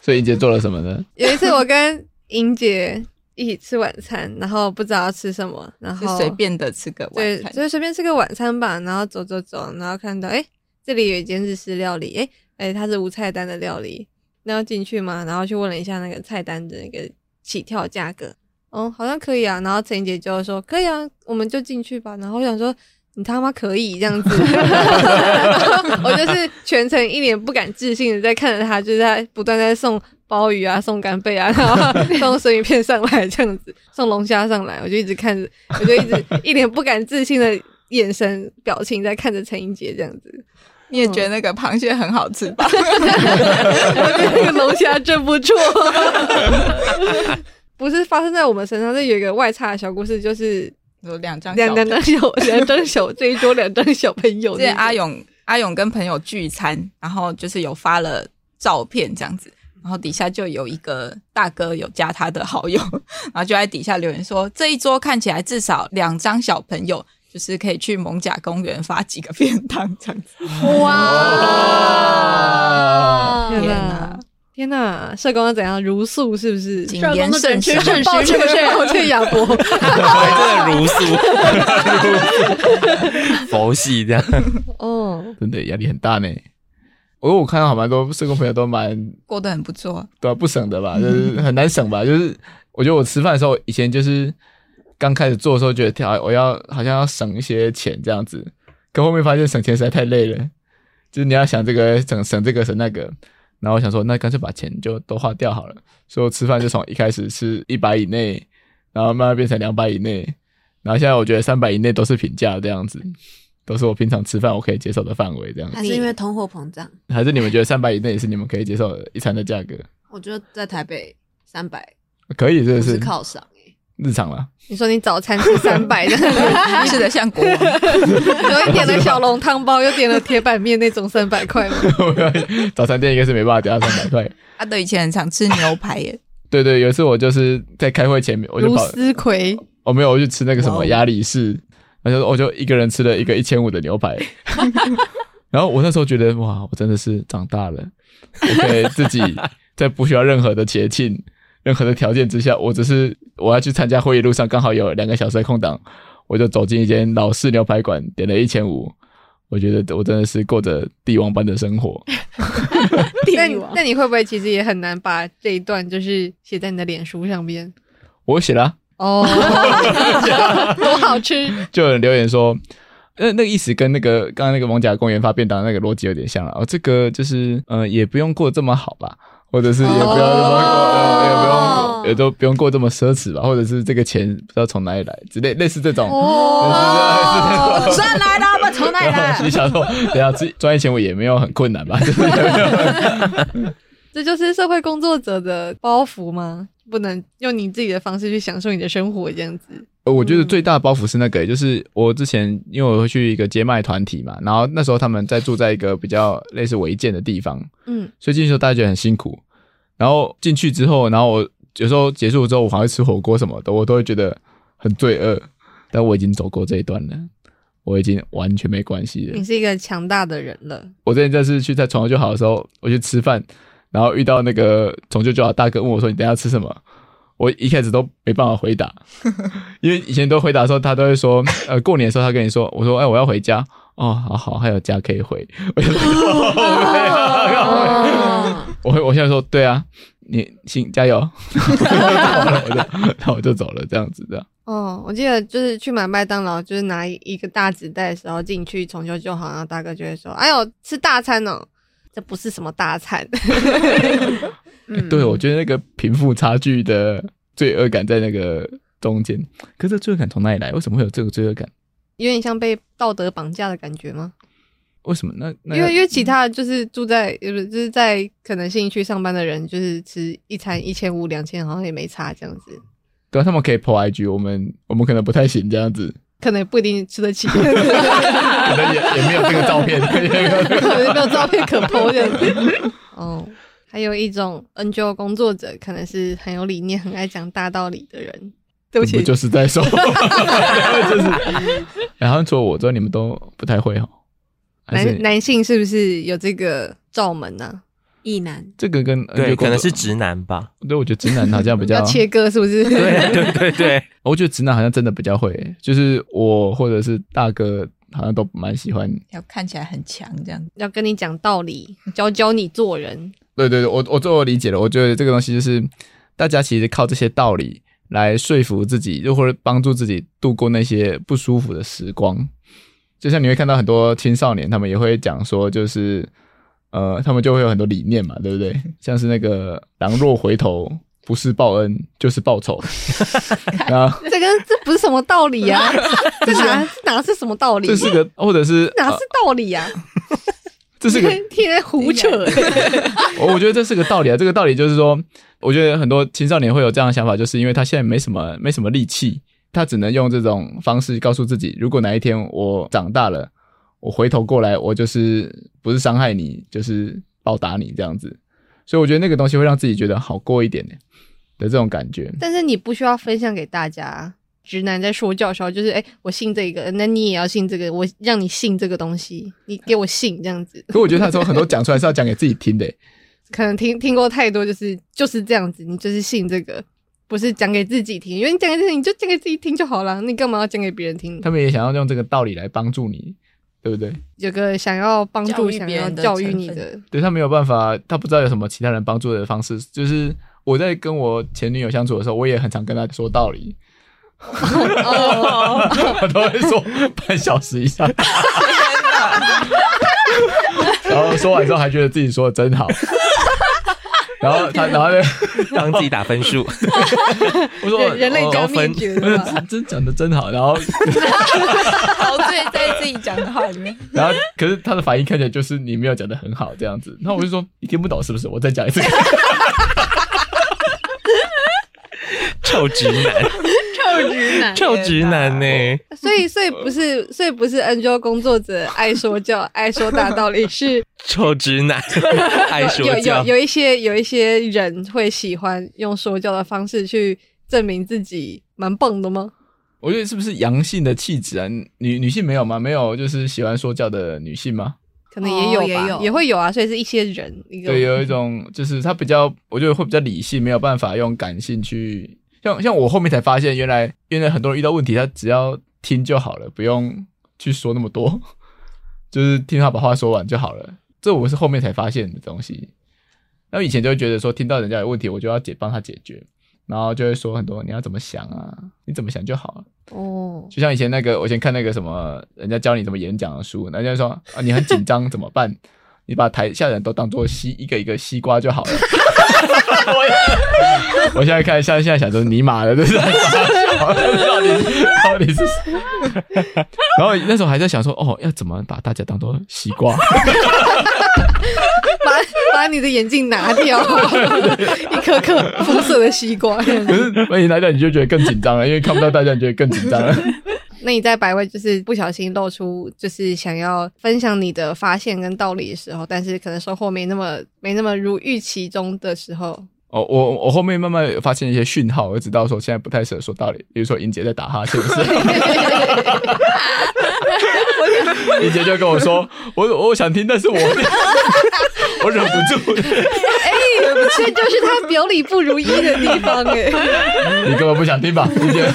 Speaker 3: 所以英杰做了什么呢？
Speaker 1: 有一次我跟 莹姐一起吃晚餐，然后不知道要吃什么，然
Speaker 5: 就
Speaker 1: 后
Speaker 5: 随便的吃个晚
Speaker 1: 对，
Speaker 5: 餐，
Speaker 1: 就随便吃个晚餐吧，然后走走走，然后看到哎、诶这里有一间日式料理，哎、哎、它是无菜单的料理，那要进去吗？然后去问了一下那个菜单的那个起跳价格，哦，好像可以啊。然后陈姐就说可以啊，我们就进去吧。然后我想说。你他妈可以这样子！ 然后我就是全程一脸不敢置信的在看着他，就是在不断在送鲍鱼啊、送干贝啊，然后 送生鱼片上来这样子，送龙虾上来，我就一直看着，我就一直一脸不敢置信的眼神表情在看着陈英杰这样子。
Speaker 5: 你也觉得那个螃蟹很好吃吧？
Speaker 1: 我觉得那个龙虾真不错。不是发生在我们身上，这有一个外差的小故事，就是
Speaker 5: 有两张
Speaker 1: 两
Speaker 5: 小
Speaker 1: 两张小两张小这一桌两张小朋友
Speaker 5: 之
Speaker 1: 那
Speaker 5: 前
Speaker 1: 个。
Speaker 5: 阿勇阿勇跟朋友聚餐，然后就是有发了照片这样子，然后底下就有一个大哥有加他的好友， 然后就在底下留言说这一桌看起来至少两张小朋友。就是可以去蒙甲公园发几个便当这样子，
Speaker 2: 哇！
Speaker 1: 天
Speaker 5: 天
Speaker 1: 哪
Speaker 5: 哪！
Speaker 1: 天哪！社工要怎样如素是不是？
Speaker 5: 谨
Speaker 2: 社工
Speaker 5: 言
Speaker 2: 都
Speaker 5: 慎
Speaker 2: 准确
Speaker 5: 行。
Speaker 2: 正
Speaker 1: 抱
Speaker 2: 确
Speaker 1: 歉
Speaker 2: 是不是，
Speaker 1: 抱歉，亚伯。
Speaker 4: 还真的如素，佛系这样。
Speaker 1: 哦，
Speaker 3: 真的压力很大呢。我我看到好蛮多社工朋友都蛮
Speaker 5: 过得很不错，
Speaker 3: 对、啊、不省的吧，就是很难省吧。就是我觉得我吃饭的时候，以前就是刚开始做的时候，觉得跳我要好像要省一些钱这样子，可后面发现省钱实在太累了，就是你要想这个省省这个省那个。然后我想说，那干脆把钱就都花掉好了。所以我吃饭就从一开始吃一百以内，然后慢慢变成两百以内，然后现在我觉得三百以内都是平价这样子，都是我平常吃饭我可以接受的范围这样子。
Speaker 2: 还是因为通货膨胀？
Speaker 3: 还是你们觉得三百以内也是你们可以接受的一餐的价格？
Speaker 2: 我觉得在台北三百
Speaker 3: 可以，是
Speaker 2: 不
Speaker 3: 不
Speaker 2: 是
Speaker 3: 是？
Speaker 2: 犒赏欸
Speaker 3: 日常啦，
Speaker 1: 你说你早餐吃三百的，
Speaker 5: 吃的像国王。
Speaker 1: 有一点了小笼汤包，又点了铁板面那种三百块吗？
Speaker 3: 早餐店应该是没办法掉到三百块。
Speaker 5: 阿德以前很常吃牛排耶，
Speaker 3: 对对，有一次我就是在开会前面， 我就
Speaker 1: 如
Speaker 3: 跑，
Speaker 1: 丝葵，
Speaker 3: 我没有，我去吃那个什
Speaker 5: 哇
Speaker 3: 么
Speaker 5: 哦
Speaker 3: 鸭梨士，然后就哦我就一个人吃了一个一千五的牛排， 然后我那时候觉得 哇，我真的是长大了，我可以自己在不需要任何的节庆，任何的条件之下，我只是我要去参加会议路上刚好有两个小时的空档，我就走进一间老式牛排馆，点了一千五。我觉得我真的是过着帝王般的生活，
Speaker 1: 那
Speaker 2: 帝
Speaker 1: 你
Speaker 2: 王
Speaker 1: 那你会不会其实也很难把这一段就是写在你的脸书上边？
Speaker 3: 我写了啊、
Speaker 1: 哦， 多好吃！
Speaker 3: 就有人留言说，呃那那个意思跟那个刚刚那个蒙甲公园发便当的那个逻辑有点像了。哦，这个就是呃，也不用过这么好吧，或者是也不要、
Speaker 1: 哦
Speaker 3: 也不用也都不用过这么奢侈吧，或者是这个钱不知道从哪里来之类类似这种。
Speaker 1: 哦，
Speaker 2: 我赚来的，不从哪里
Speaker 3: 然后
Speaker 2: 来
Speaker 3: 我心里？想说，等一下自己赚一千我也没有很困难吧？就是也没有
Speaker 1: 这就是社会工作者的包袱吗？不能用你自己的方式去享受你的生活，这样子。
Speaker 3: 呃我觉得最大的包袱是那个，就是我之前因为我会去一个街卖团体嘛，然后那时候他们在住在一个比较类似违建的地方，
Speaker 1: 嗯，
Speaker 3: 所以进去的时候大家觉得很辛苦。然后进去之后，然后我有时候结束之后，我还会吃火锅什么的，我都会觉得很罪恶。但我已经走过这一段了，我已经完全没关系了
Speaker 1: 你。是一个强大的人了。
Speaker 3: 我之前这次去在床就好的时候，我去吃饭，然后遇到那个从旧就好大哥问我说：“你等一下吃什么？”我一开始都没办法 回答，因为以前都回答的时候，他都会说：“呃，过年的时候他跟你说，我说哎我要回家。”哦，好好，还有家可以回。我就
Speaker 2: 哦
Speaker 3: 我会，我现在说对啊，你行，加油， 然后我就走了，这样子的。
Speaker 1: 哦，我记得就是去买麦当劳，就是拿一个大纸袋的时候进去重修就好，然后大哥就会说：“哎呦，吃大餐哦，这不是什么大餐。
Speaker 2: 嗯
Speaker 3: 对，我觉得那个贫富差距的罪恶感在那个中间，可是这罪恶感从哪里来？为什么会有这个罪恶感？”
Speaker 1: 有点像被道德绑架的感觉吗？
Speaker 3: 为什么？那那
Speaker 1: 因为因为其他就是住在呃不是就是在可能信义区上班的人，就是吃一餐一千五两千好像也没差这样子，
Speaker 3: 对啊、他们可以 PO IG，我们我们可能不太行这样子，
Speaker 1: 可能也不一定吃得起， 可
Speaker 3: 可能也也没有这个照片。
Speaker 1: 能没有照片可 PO 这样子。哦，还有一种 NGO 工作者，可能是很有理念、很爱讲大道理的人。 对不
Speaker 3: 我
Speaker 1: 起，
Speaker 3: 就是 在说，就是。然后除了我之外，你们都不太会哦。还是
Speaker 1: 男男性是不是有这个罩门啊呢、
Speaker 2: 意男，
Speaker 3: 这个跟
Speaker 4: 对，
Speaker 3: 就
Speaker 4: 可能是直男吧。
Speaker 3: 对，我觉得直男好像比较
Speaker 1: 要切割是不是？
Speaker 4: 对对对对，
Speaker 3: 我觉得直男好像真的比较会，就是我或者是大哥，好像都蛮喜欢。
Speaker 5: 要看起来很强这样子。
Speaker 1: 要跟你讲道理，教教你做人。
Speaker 3: 对对对，我我最后理解了，我觉得这个东西就是大家其实靠这些道理来说服自己，又或者帮助自己度过那些不舒服的时光。就像你会看到很多青少年，他们也会讲说，就是呃，他们就会有很多理念嘛，对不对？像是那个“狼若回头，不是报恩就是报仇”，然后
Speaker 1: 这跟这不是什么道理 啊！这哪这哪是什么道理？
Speaker 3: 这是个，或者是
Speaker 1: 哪
Speaker 3: 呃
Speaker 1: 是道理啊？
Speaker 3: 这是个
Speaker 1: 天天胡扯，
Speaker 3: 我我觉得这是个道理啊，这个道理就是说，我觉得很多青少年会有这样的想法，就是因为他现在没什么没什么力气，他只能用这种方式告诉自己，如果哪一天我长大了，我回头过来，我就是不是伤害你，就是报答你这样子。所以我觉得那个东西会让自己觉得好过一点的这种感觉。
Speaker 1: 但是你不需要分享给大家。直男在说教的时候，就是哎、我信这个，那你也要信这个，我让你信这个东西，你给我信这样子。
Speaker 3: 可我觉得他说很多讲出来是要讲给自己听的、欸
Speaker 1: 可能听听过太多，就是就是这样子，你就是信这个，不是讲给自己听，因为你讲给自己，你就讲给自己听就好了，你干嘛要讲给别人听？
Speaker 3: 他们也想要用这个道理来帮助你，对不对？
Speaker 1: 有个想要帮助、
Speaker 5: 教育
Speaker 1: 想
Speaker 5: 别
Speaker 1: 要
Speaker 5: 人的
Speaker 1: 教育
Speaker 5: 成
Speaker 1: 你
Speaker 5: 分
Speaker 1: 的，
Speaker 3: 对他没有办法，他不知道有什么其他人帮助的方式。就是我在跟我前女友相处的时候，我也很常跟她说道理，我 都会说半小时以上。然后说完之后还觉得自己说的真好，然后他然后呢，
Speaker 4: 帮自己打分数。
Speaker 3: 我说哦
Speaker 1: 人人类
Speaker 4: 高
Speaker 1: 将灭
Speaker 4: 分
Speaker 1: 绝
Speaker 3: 我说
Speaker 1: 了吧。
Speaker 3: 真真讲的真好，然后
Speaker 5: 陶醉哦在自己讲的话里面，
Speaker 3: 然后可是他的反应看起来就是你没有讲的很好这样子，那我就说你听不懂是不是？我再讲一次。
Speaker 4: 臭直男，
Speaker 2: 臭直男，
Speaker 4: 臭直男呢、
Speaker 1: 所以，所以不是，所以不是 NGO 工作者爱说教、 爱说大道理，是
Speaker 4: 臭直男，爱说
Speaker 1: 有有
Speaker 4: 教，
Speaker 1: 有一些有一些人会喜欢用说教的方式去证明自己蛮棒的吗？
Speaker 3: 我觉得是不是阳性的气质啊？女女性没有吗？没有，就是喜欢说教的女性吗？
Speaker 1: 可能也有吧，
Speaker 2: 哦也有
Speaker 1: 也会有啊，所以是一些人一个
Speaker 3: 对，有一种就是他比较，我觉得会比较理性，没有办法用感性去。像像我后面才发现，原来原来很多人遇到问题，他只要听就好了，不用去说那么多， 就是听他把话说完就好了。这我是后面才发现的东西。那以前就会觉得说，听到人家有问题，我就要解帮他解决，然后就会说很多你要怎么想啊，你怎么想就好了。
Speaker 1: 哦，
Speaker 3: 就像以前那个，我以前看那个什么，人家教你怎么演讲的书，人家说啊，你很紧张怎么办？ 你把台下人都当做西一个一个西瓜就好了。 我现在看，现在现在想说尼玛的，这是 到底到底是？ 然后那时候还在想说，哦，要怎么把大家当做西瓜？
Speaker 1: 把把你的眼镜拿掉，一颗颗肤色的西瓜。
Speaker 3: 可是 万一来到你就觉得更紧张了，因为看不到大家，你觉得更紧张了。
Speaker 1: 那你在百味就是不小心露出，就是想要分享你的发现跟道理的时候，但是可能收获没那么没那么如预期中的时候，
Speaker 3: 哦，我我后面慢慢有发现一些讯号，我知道说现在不太适合说道理，比如说英杰在打哈欠的 时候，英杰就跟我说，我我想听，但是 我我忍不住，
Speaker 1: 哎这就是他表里不如一的地方哎、
Speaker 3: 你根本不想听吧？英杰，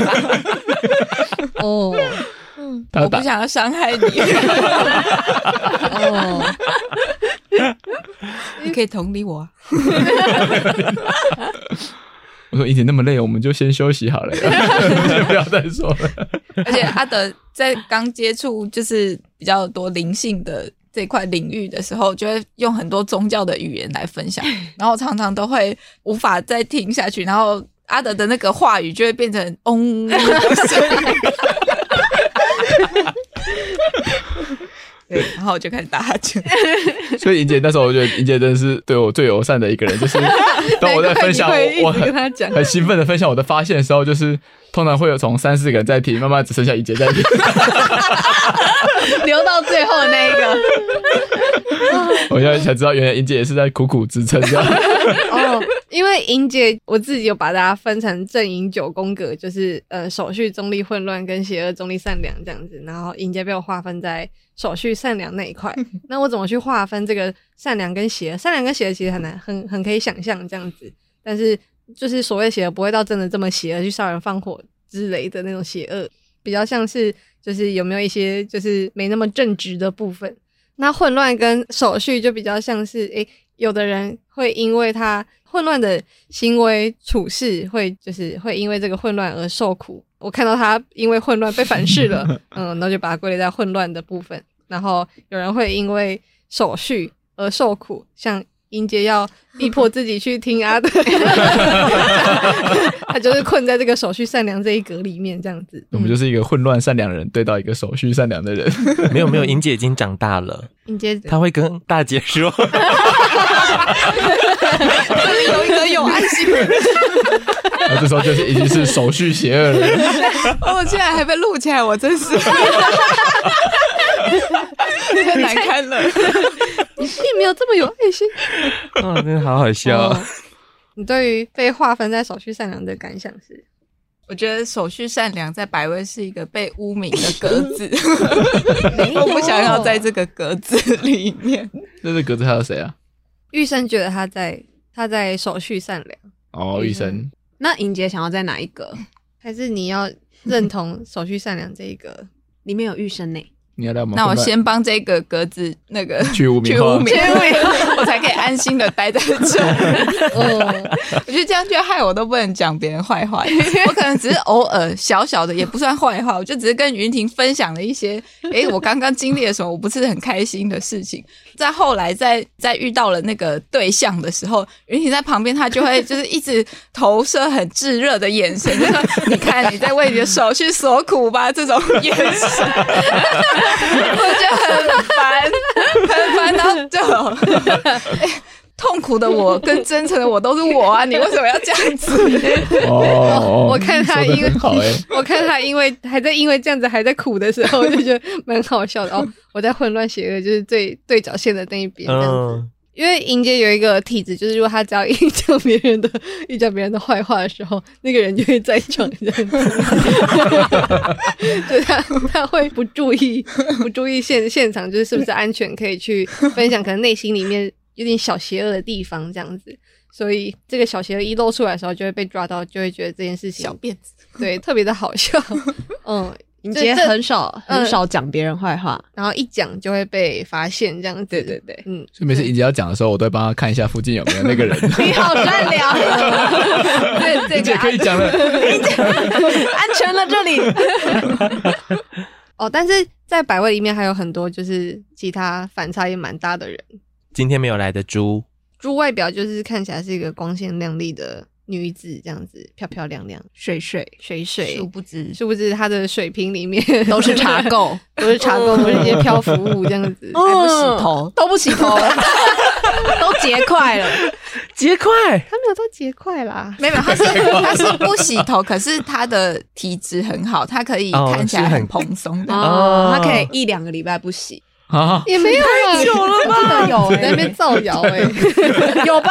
Speaker 1: 哦
Speaker 3: 他
Speaker 5: 我
Speaker 3: 打
Speaker 5: 不想要伤害你，
Speaker 1: 哦，
Speaker 5: 你可以同理我啊。
Speaker 3: 我说英杰那么累，我们就先休 息好了，先不要再说了。
Speaker 5: 而且阿德在刚接触就是比较多灵性的这块领域的时候，就会用很多宗教的语言来分 享，然后常常都会无法再听下去，然后阿德的那个话语就会变成 嗡的声音。对，然后我就开始打哈 欠。
Speaker 3: 所以英杰那时候，我觉得英杰真的是对我最友善的一个人，就是当我在分享
Speaker 1: 难怪你会
Speaker 3: 我
Speaker 1: 一直
Speaker 3: 很
Speaker 1: 跟他讲
Speaker 3: 很兴奋的分享我的发现的时候，就是通常会有从三四个人在听，慢慢只剩下英杰在听。
Speaker 2: 留到最后那一个，
Speaker 3: 我现在才知道，原来莹姐也是在苦苦支撑这样。
Speaker 1: 哦，因为莹姐我自己有把大家分成正营九宫格，就是呃手续中立混乱跟邪恶中立善良这样子，然后莹姐被我划分在手续善良那一块。那我怎么去划分这个善良跟邪恶？善良跟邪恶其实很难，很很可以想象这样子，但是就是所谓邪恶不会到真的这么邪恶去杀人放火之类的那种邪恶，比较像是就是有没有一些就是没那么正直的部分。那混乱跟手续就比较像是，诶、有的人会因为他混乱的行为处事，会就是会因为这个混乱而受苦。我看到他因为混乱被反噬 了，嗯，那就把它归类在混乱的部分。然后有人会因为手续而受苦，像英杰要逼迫自己去听阿德， 他就是困在这个手续善良这一格里面，这样子。
Speaker 3: 我们就是一个混乱善良的人对到一个手续善良的人， 啊
Speaker 4: 没有没有，莹姐已经长大了，
Speaker 1: 英杰
Speaker 4: 她会跟大姐说，
Speaker 5: 有一个有爱 心，
Speaker 3: 那这时候就是已经是手续邪恶了。
Speaker 5: 我哦竟然还被录起来，我真 是太难堪了。
Speaker 1: 你并没有这么有爱心。
Speaker 4: 啊，真的好好 笑。
Speaker 1: 哦你对于被划分在手续善良的感想是？
Speaker 5: 我觉得手续善良在百威是一个被污名的格 子，我不想要在这个格子里面。
Speaker 3: 那这格子还有谁啊？
Speaker 1: 玉生觉得他在他在手续善良，
Speaker 3: 哦，医生，
Speaker 2: 那莹姐想要在哪一个？
Speaker 1: 还是你要认同手续善良这一个？
Speaker 2: 里面有玉生呢，
Speaker 3: 你要来我们
Speaker 5: 那我
Speaker 3: 混乱
Speaker 5: 先帮这个格子那个
Speaker 3: 去污名
Speaker 5: 去
Speaker 3: 化
Speaker 5: 污名，我才可以安心的待在这。
Speaker 1: 哦，
Speaker 5: 我觉得这样就害我都不能讲别人坏话，我可能只是偶尔小小的，也不算坏话，我就只是跟云婷分享了一些，诶，我刚刚经历了什么，我不是很开心的事情。在后来在在遇到了那个对象的时候，云婷在旁边，她就会 就是一直投射很炙热的眼神，就说：“你看你在为你的手去所苦吧。” 这种眼神，我觉得很烦，很烦，然后就。痛苦的我跟真诚的我都是我啊！你为什么要这样子？
Speaker 3: 哦，
Speaker 1: 我看他
Speaker 3: 说得
Speaker 1: 因为
Speaker 3: 很好哎，
Speaker 1: 我看他因为还在因为这样子还在苦的时候，我就觉得蛮好笑的哦。我在混乱邪恶就是最对角线的那一边，这样子。
Speaker 4: 嗯，
Speaker 1: 因为莹姐有一个体质，就是如果她只要一讲别人的、一讲别人的坏话的时候，那个人就会在场这 样子就她她会不注意、 不注意现现场，就是是不是安全，可以去分享，可能内心里面有点小邪恶的地方这样子。所以这个小邪恶一露出来的时候，就会被抓到，就会觉得这件事情
Speaker 5: 小辫子，
Speaker 1: 对特别的好笑，嗯，
Speaker 2: 你
Speaker 1: 这
Speaker 2: 姐
Speaker 1: 这
Speaker 2: 很少很
Speaker 1: 嗯
Speaker 2: 少讲别人坏话，
Speaker 1: 然后一讲就会被发现这样子。
Speaker 2: 对对对
Speaker 1: 嗯，
Speaker 3: 所以每次莹姐要讲的时候，我都会帮她看一下附近有没有那个人。
Speaker 2: 你好善良，
Speaker 1: 这这
Speaker 3: 莹姐
Speaker 1: 个
Speaker 3: 可以讲了，
Speaker 2: 安全了这里。
Speaker 1: 哦，但是在百位里面还有很多就是其他反差也蛮大的人。
Speaker 4: 今天没有来的猪，
Speaker 1: 猪外表就是看起来是一个光鲜亮丽的女子，这样子漂漂亮亮、
Speaker 2: 水水
Speaker 1: 水水
Speaker 5: 殊，不知
Speaker 1: 殊不知她的水瓶里面
Speaker 5: 都是茶，垢，
Speaker 1: 都是茶垢，都是一些漂浮物这样子。
Speaker 5: 还不洗头，
Speaker 2: 都不洗头， 都结块了。
Speaker 4: 结块，
Speaker 1: 他没有到结块啦，
Speaker 5: 没有，他是他是不洗头，可是他的体质很好，他可以
Speaker 4: 哦
Speaker 5: 看起来
Speaker 4: 是很
Speaker 5: 很蓬松 的。
Speaker 2: 哦
Speaker 4: 哦，
Speaker 2: 他可以一两个礼拜不洗，
Speaker 3: 啊，
Speaker 1: 也没有太久了
Speaker 2: 真的有
Speaker 1: 在那边造谣哎、
Speaker 2: 有吧？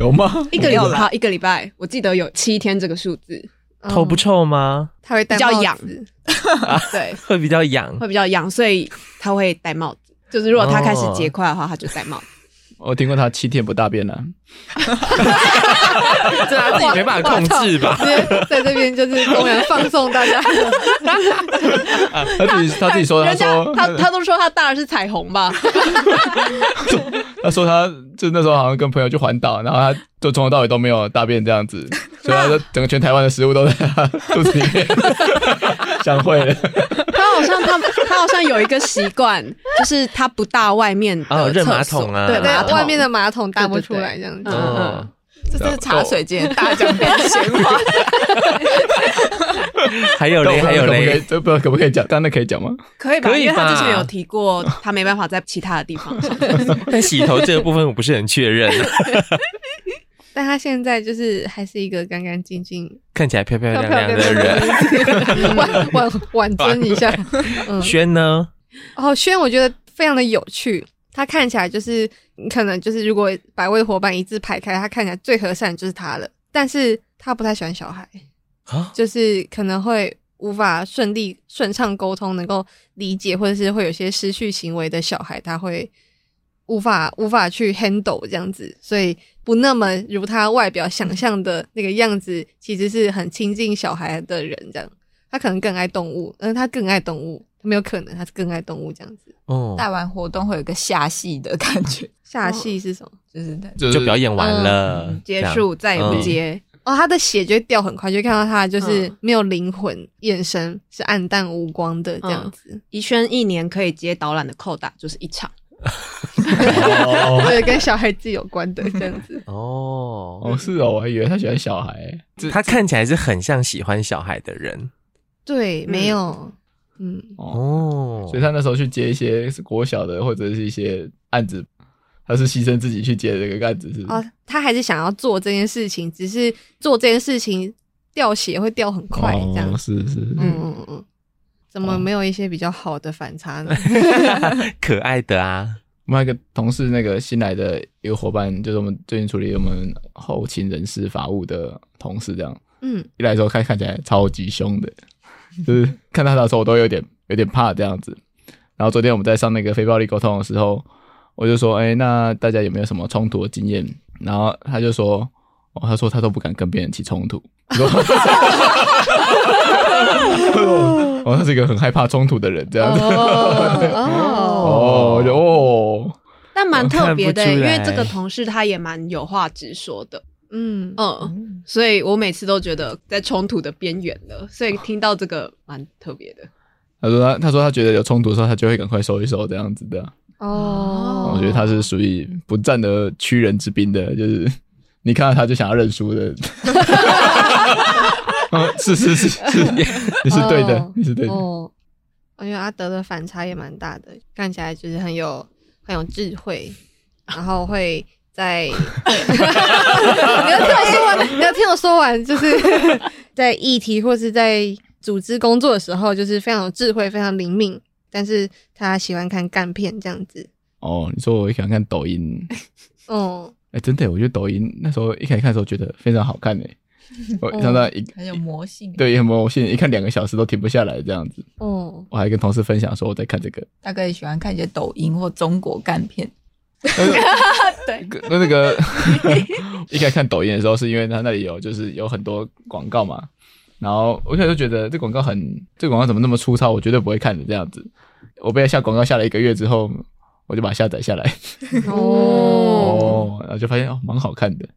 Speaker 3: 有吗？
Speaker 2: 一个礼拜，好一个礼拜，我记得有七天这个数字，
Speaker 4: 头不
Speaker 1: 嗯，
Speaker 4: 臭吗？
Speaker 1: 他会戴
Speaker 2: 比较
Speaker 1: 帽
Speaker 2: 痒
Speaker 1: 子
Speaker 2: 对，
Speaker 4: 会比较痒
Speaker 2: 会。比较痒，所以他会戴帽子。就是如果他开始结块的话，他就戴帽子。
Speaker 3: 我听过她七天不大便啊了，
Speaker 4: 哦这他自己没办法控制吧？
Speaker 1: 直接在这边就是公然 放纵大家。
Speaker 3: 她自己她自己说，她
Speaker 2: 人家
Speaker 3: 说
Speaker 2: 他他都说他大的是彩虹吧？
Speaker 3: 他说他就那时候好像跟朋友去环岛，然后他就从头到尾都没有大便这样 子，所以他说整个全台湾的食物都在他 肚子里面，想会了。
Speaker 2: 他好像他他好像有一个习惯，就是他不大外面的
Speaker 4: 哦认马
Speaker 2: 厕所
Speaker 4: 桶啊
Speaker 2: 对
Speaker 4: 马
Speaker 1: 对，
Speaker 2: 桶
Speaker 1: 外面的马桶搭不
Speaker 2: 对对
Speaker 1: 出
Speaker 2: 对
Speaker 1: 来这样子。
Speaker 2: 嗯
Speaker 4: 嗯，
Speaker 5: 这是茶水间大讲别人闲话，
Speaker 4: 嗯还有嘞，还有嘞，
Speaker 3: 这不知道可不可以讲？刚刚那可以讲吗？
Speaker 2: 可以吧？
Speaker 4: 可以
Speaker 2: 因为他之前
Speaker 4: 吧
Speaker 2: 有提 过，他没办法在其他的地方上厕所。
Speaker 4: 但洗头这个部分我不是很确认，
Speaker 1: 但他现在就是还是一个干干净净、
Speaker 4: 看起来漂漂
Speaker 1: 漂
Speaker 4: 亮
Speaker 1: 漂
Speaker 4: 亮
Speaker 1: 亮
Speaker 4: 的
Speaker 1: 亮
Speaker 4: 人。
Speaker 1: 的人， 挽挽挽尊一下。嗯，
Speaker 4: 轩呢？
Speaker 1: 哦，轩我觉得非常的有趣，他看起来就是你可能就是如果百位伙伴一字排开，他看起来最和善的就是他了，但是他不太喜欢小孩，
Speaker 4: 啊，
Speaker 1: 就是可能会无法顺利顺畅沟通，能够理解或者是会有些失去行为的小孩，他会无法无法去 handle 这样子，所以不那么如他外表想象的那个样子，其实是很亲近小孩的人这样。他可能更爱动物，嗯，他更爱动物，他没有可能，他是更爱动物这样子。
Speaker 4: 哦，
Speaker 5: 带完活动会有一个下戏的感觉，
Speaker 1: 下戏是什么？
Speaker 5: 就是那
Speaker 3: 就
Speaker 4: 就是表演完了，
Speaker 2: 结
Speaker 4: 这样
Speaker 2: 束再也不
Speaker 4: 嗯。
Speaker 2: 接，
Speaker 1: 哦，他的血就会掉很快，就会看到他就是
Speaker 2: 嗯
Speaker 1: 没有灵魂，眼神是暗淡无光的这样子。
Speaker 2: 宜轩一年可以接导览的扣打就是一场，
Speaker 3: 哦
Speaker 1: 对，跟小孩子有关的这样子
Speaker 4: 哦
Speaker 3: 哦，。是哦，我还以为他喜欢小孩。欸这
Speaker 4: 他看起来是很像喜欢小孩的人
Speaker 1: 对，
Speaker 2: 嗯
Speaker 1: 没有，嗯，
Speaker 3: 哦，
Speaker 4: 哦，
Speaker 3: 所以他那时候去接一些国小的或者是一些案子，他是牺牲自己去接这个案子，是不
Speaker 1: 哦
Speaker 3: 是？，
Speaker 1: 他还是想要做这件事情，只是做这件事情掉血会掉很快这样
Speaker 3: 哦
Speaker 1: 子。
Speaker 3: 是是，
Speaker 1: 嗯嗯嗯，怎么没有一些比较好的反差呢？
Speaker 4: 可爱的啊，
Speaker 3: 我们还有一个同事，那个新来的一个伙伴，就是我们最近处理我们后勤人事法务的同事，这样
Speaker 1: 嗯，
Speaker 3: 一来的时候看看起来超级凶的， 就是看到他的时候我都有点有点怕这样子。然后昨天我们在上那个非暴力沟通的时候，我就说：“哎、那大家有没有什么冲突的经验？”然后他就说：“哦，他说他都不敢跟别人起 冲突。”我说 哦，他是一个很害怕冲突的人，这样子。
Speaker 1: 哦
Speaker 3: 哦，我就哦，
Speaker 2: 但蛮特别的、欸
Speaker 4: 我看
Speaker 2: 因
Speaker 4: 不出来
Speaker 2: 为这个同事他也蛮有话直说的，
Speaker 1: 嗯，
Speaker 2: 嗯，所以我每次都觉得在冲突的边缘了，所以听到这个蛮特别的。
Speaker 3: 他说他他说他觉得有冲突的时候，他就会赶快收一收这样子的。
Speaker 1: 哦，
Speaker 3: 我觉得他是属于不战而屈人之兵的，就是你看到他就想要认 输的。嗯，是是是是，你是对的
Speaker 1: 哦，
Speaker 3: 你是对的。
Speaker 1: 哦，因为阿德的反差也蛮大的，看起来就是很有很有智慧，然后会在，你要听我说完，你要听我说完，就是 在议题或是在组织工作的时候，就是非常有智慧，非常灵敏，但是他喜欢看干片这样子，
Speaker 3: 哦，你说我一开始看抖音，
Speaker 1: 嗯，
Speaker 3: 哎，真的耶，我觉得抖音那时候一开始看的时候觉得非常好看诶，我
Speaker 1: 哦
Speaker 3: 看到一
Speaker 6: 很有魔性。
Speaker 3: 对很魔性，一看两个小时都停不下来这样子。
Speaker 1: 哦，
Speaker 3: 我还跟同事分享说我在看这个，
Speaker 6: 大哥也喜欢看一些抖音或中国干片，
Speaker 3: 那那个 一开始看抖音的时候，是因为他那里有就是有很多广告嘛，然后我一开始就觉得这广告很，这广告怎么那么粗糙，我绝对不会看的这样子。我被下广告下了一个月之后，我就把它下载下来，
Speaker 1: 哦，
Speaker 3: 哦，然后就发现哦，蛮好看的。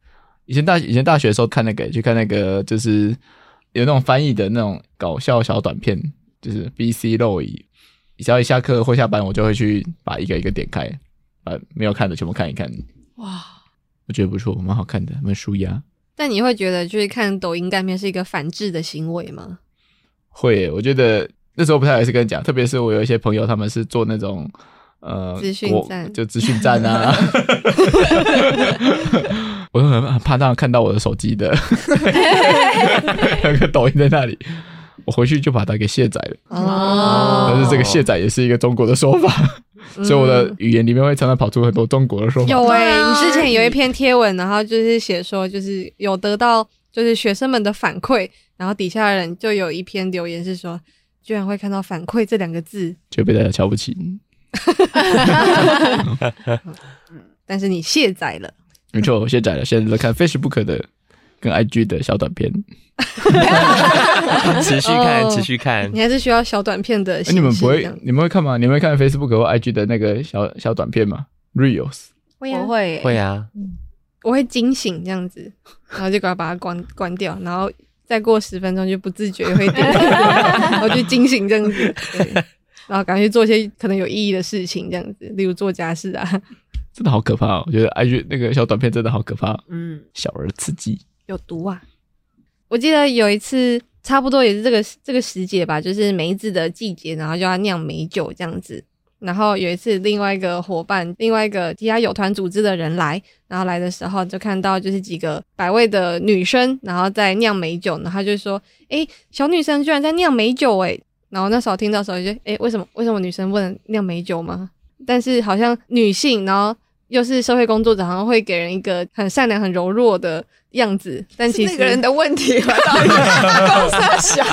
Speaker 3: 以前大以前大学的时候看那个，去看那个就是有那种翻译的那种搞笑小短片，就是 B C 漏椅。只要一下课或下班，我就会去把一个一个点开，把没有看的全部看一看。
Speaker 6: 哇，
Speaker 3: 我觉得不错，蛮好看的，蛮舒压。
Speaker 1: 但你会觉得就是看抖音干片是一个反制的行为吗？
Speaker 3: 会耶，我觉得那时候不太好意思跟你讲，特别是我有一些朋友，他们是做那种呃
Speaker 1: 资讯
Speaker 3: 国
Speaker 1: 站
Speaker 3: 就资讯站 啊。我就很很怕他们看到我的手机的，有个抖音在那里，我回去就把它给卸载了。
Speaker 1: 哦嗯
Speaker 3: 但是这个卸载也是一个中国的说法，所以我的语言里面会常常跑出很多中国的说法。
Speaker 1: 有哎、你之前有一篇贴文，然后就是写说，就是有得到就是学生们的反馈，然后底下的人就有一篇留言是说，居然会看到反馈这两个字，
Speaker 3: 就被大家瞧不起，
Speaker 1: 但是你卸载了，
Speaker 3: 没错，我卸载了，现在在看 Facebook 的跟 IG 的小短片。
Speaker 4: 持续看，
Speaker 1: 哦
Speaker 4: 持续看
Speaker 1: 你。还是需要小短片的
Speaker 3: 嗯哎，
Speaker 1: 形式
Speaker 3: 你
Speaker 1: 这样。
Speaker 3: 们不会，你们会看吗？你们会看 Facebook 或 IG 的那个小小短片吗？Reels，
Speaker 1: 会啊
Speaker 6: 我会
Speaker 4: 会啊，
Speaker 1: 我会惊醒这样子，然后就赶快把它关关掉，然后再过十分钟就不自觉会 点，然后就惊醒这样子，对然后赶快去做一些可能有意义的事情，这样子，例如做家事啊。
Speaker 3: 真的好可怕哦！我觉得 IG 那个小短片真的好可怕，哦
Speaker 2: 嗯，
Speaker 3: 小而刺激。
Speaker 1: 有毒啊！我记得有一次，差不多也是这个这个时节吧，就是梅子的季节，然后就要酿美酒这样子。然后有一次，另外一个伙伴，另外一个其他有团组织的人来，然后来的时候就看到就是几个百位的女生，然后在酿美酒，然后他就说：“诶，小女生居然在酿美酒诶。然后那时候听到的时候就觉得：“诶，为什么为什么女生不能酿美酒吗？”但是好像女性，然后又是社会工作者，好像会给人一个很善良、很柔弱的样子，但
Speaker 5: 是
Speaker 1: 其
Speaker 5: 那
Speaker 1: 实
Speaker 5: 个人的问题吧？到底公司小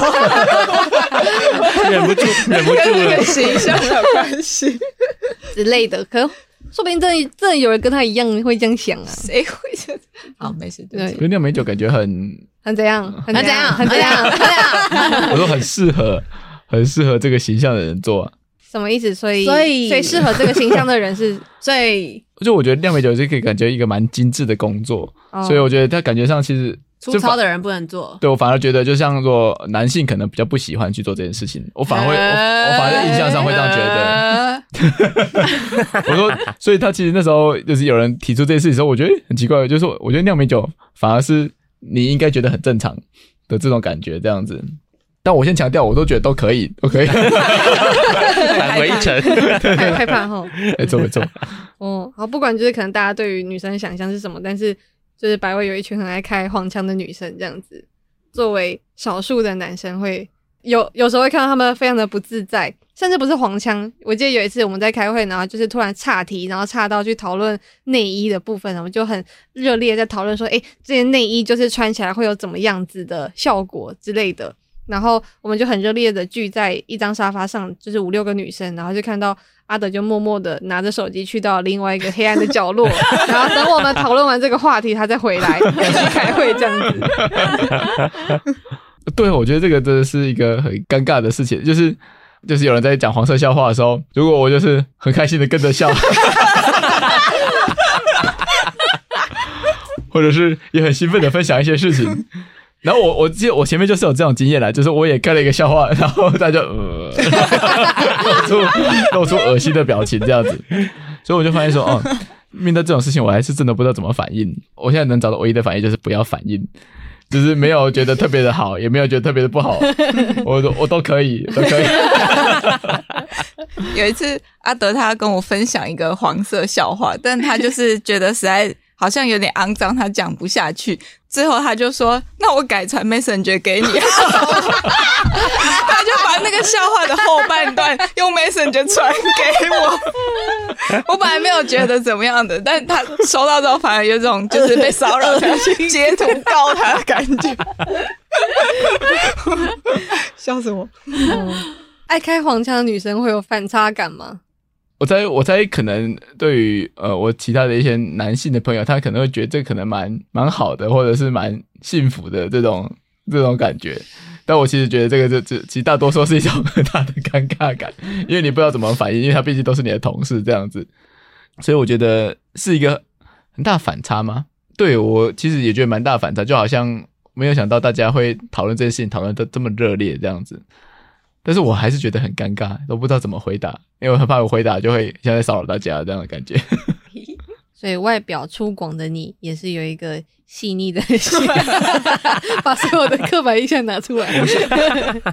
Speaker 4: 忍不住，忍不
Speaker 5: 跟
Speaker 4: 住
Speaker 5: 那
Speaker 4: 了
Speaker 5: 个。形象有关 系？
Speaker 1: 之类的，可能说不定真的真的有人跟他一样会这样想啊，
Speaker 5: 谁会觉得？好，没事，对不
Speaker 1: 对
Speaker 3: 因，为酿美酒感觉很，
Speaker 1: 很怎样，很怎样，啊
Speaker 6: 很
Speaker 1: 很怎
Speaker 6: 怎
Speaker 1: 样，
Speaker 3: 我说很适合， 很适合这个形象的人做、啊。
Speaker 1: 什么意思？所以
Speaker 2: 所以
Speaker 1: 最适合这个形象的人 是，
Speaker 2: 所以
Speaker 3: 就我觉得酿美酒就可以感觉一个蛮精致的工作，
Speaker 1: 哦
Speaker 3: 所以我觉得它感觉上其实
Speaker 2: 粗糙。
Speaker 3: 就反
Speaker 2: 的人不能做。
Speaker 3: 对我反而觉得，就像说男性可能比较不喜欢去做这件事情，我反而会，我我反而印象上会这样觉得。
Speaker 6: 得。
Speaker 3: 我说，所以他其实那时候就是有人提出这件事情的时候，我觉得很奇怪，就是说我觉得酿美酒反而是你应该觉得很正常的这种感觉，这样子。但我先强调，我都觉得都可以，都可以，
Speaker 4: 返回一城，
Speaker 1: 害害怕吼。
Speaker 3: 没错没错，
Speaker 1: 哦，好，不管就是可能大家对于女生的想象是什么，但是就是百位有一群很爱开黄腔的女生这样子，作为少数的男生会有有时候会看到他们非常的不自在，甚至不是黄腔。我记得有一次我们在开会，然后就是突然岔题，然后岔到去讨论内衣的部分，我们就很热烈地在讨论说，诶，这件内衣就是穿起来会有怎么样子的效果之类的。然后我们就很热烈的聚在一张沙发上，就是五六个女生，然后就看到阿德就默默的拿着手机去到另外一个黑暗的角落，然后等我们讨论完这个话题，他再回来继续开会这样子。
Speaker 3: 对，我觉得这个真的是一个很尴尬的事情，就是就是有人在讲黄色笑话的时候，如果我就是很开心的跟着笑， 或者是也很兴奋的分享一些事情。然后我我记得我前面就是有这种经验啦，就是我也开了一个笑话，然后大家呃 露出露出恶心的表情这样子，所以我就发现说，哦，面对这种事情，我还是真的不知道怎么反应。我现在能找到唯一的反应就是不要反应，就是没有觉得特别的好，也没有觉得特别的不好，我都我都可以，都可以。
Speaker 5: 有一次，阿德他跟我分享一个黄色笑话，但他就是觉得实在好像有点肮脏，他讲不下去。最后他就说：“那我改传 Messenger 给你。”他就把那个笑话的后半段用 Messenger 传给我。我本来没有觉得怎么样的，但他收到之后反而有种就是被骚扰的截图告他的感觉，,笑死我！
Speaker 1: 爱开黄腔的女生会有反差感吗？
Speaker 3: 我猜，我猜可能对于呃我其他的一些男性的朋友，他可能会觉得这可能蛮蛮好的，或者是蛮幸福的这种这种感觉。但我其实觉得这个这这其实大多数是一种很大的尴尬感，因为你不知道怎么反应，因为他毕竟都是你的同事这样子，所以我觉得是一个很大的反差吗？对我其实也觉得蛮大的反差，就好像没有想到大家会讨论这件事情，讨论的这么热烈这样子。但是我还是觉得很尴尬，都不知道怎么回答，因为我很怕我回答就会现在骚扰大家这样的感觉。
Speaker 1: 所以外表粗犷的你也是有一个细腻的心， 把所有的刻板印象拿出来。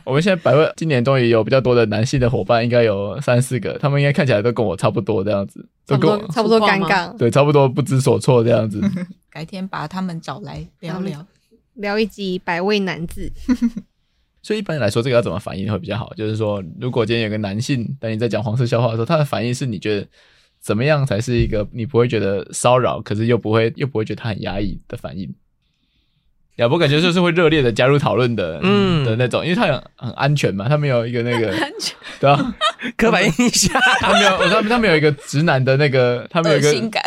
Speaker 3: 我们现在百位今年终于有比较多的男性的伙伴，应该有三四个，他们应该看起来都跟我差不多这样子，
Speaker 1: 差
Speaker 3: 都
Speaker 1: 不
Speaker 3: 跟
Speaker 1: 多，
Speaker 3: 我
Speaker 1: 差不多
Speaker 2: 粗犷
Speaker 1: 尴
Speaker 2: 吗
Speaker 1: 尬。
Speaker 3: 对差不多不知所措这样子。
Speaker 6: 改天把他们找来聊聊。
Speaker 1: 聊一集百位男子，
Speaker 3: 所以一般来说，这个要怎么反应会比较好？就是说，如果今天有个男性，当你在讲黄色笑话的时候，他的反应是你觉得怎么样才是一个你不会觉得骚扰，可是又不会又不会觉得他很压抑的反应？亚伯感觉就是会热烈的加入讨论的，嗯
Speaker 4: 嗯
Speaker 3: 的那种，因为他很很安全嘛，他没有一个那个安全，对啊，
Speaker 4: 刻板印象，
Speaker 3: 他没有他他没有一个直男的那个，他没有一
Speaker 5: 恶
Speaker 3: 个
Speaker 5: 心感。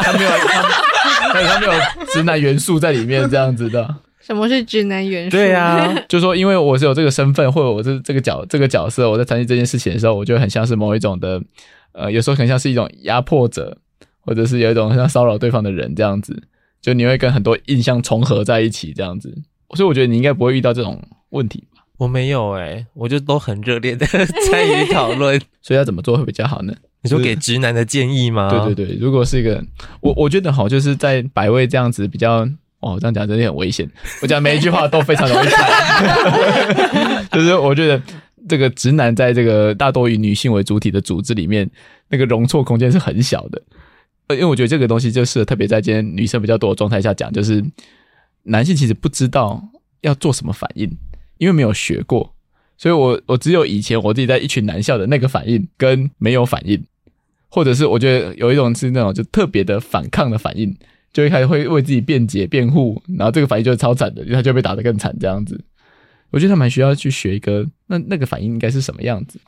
Speaker 3: 他没有他 他他没有直男元素在里面这样子的。
Speaker 1: 什么是直男元素？
Speaker 4: 对啊，
Speaker 3: 就说因为我是有这个身份，或者我是这个角这个角色，我在参与这件事情的时候，我就很像是某一种的，呃，有时候很像是一种压迫者，或者是有一种像骚扰对方的人这样子，就你会跟很多印象重合在一起这样子，所以我觉得你应该不会遇到这种问题吧。
Speaker 4: 我没有哎、我就都很热烈的参与讨 论。
Speaker 3: 所以要怎么做会比较好呢？
Speaker 4: 你说给直男的建议吗？
Speaker 3: 对对对，如果是一个我，我觉得好，就是在百位这样子比较。哦，这样讲真的很危险。我讲每一句话都非常容易踩， 就是我觉得这个直男在这个大多以女性为主体的组织里面，那个容错空间是很小的。呃因为我觉得这个东西就是特别在今天女生比较多的状态下讲，就是男性其实不知道要做什么反应，因为没有学过，所以我我只有以前我自己在一群男校的那个反应跟没有反应，或者是我觉得有一种是那种就特别的反抗的反应，就一开始会为自己辩解辩护，然后这个反应就是超惨的，因为他就被打得更惨这样子。我觉得他蛮需要去学一个那那个反应应该是什么样子。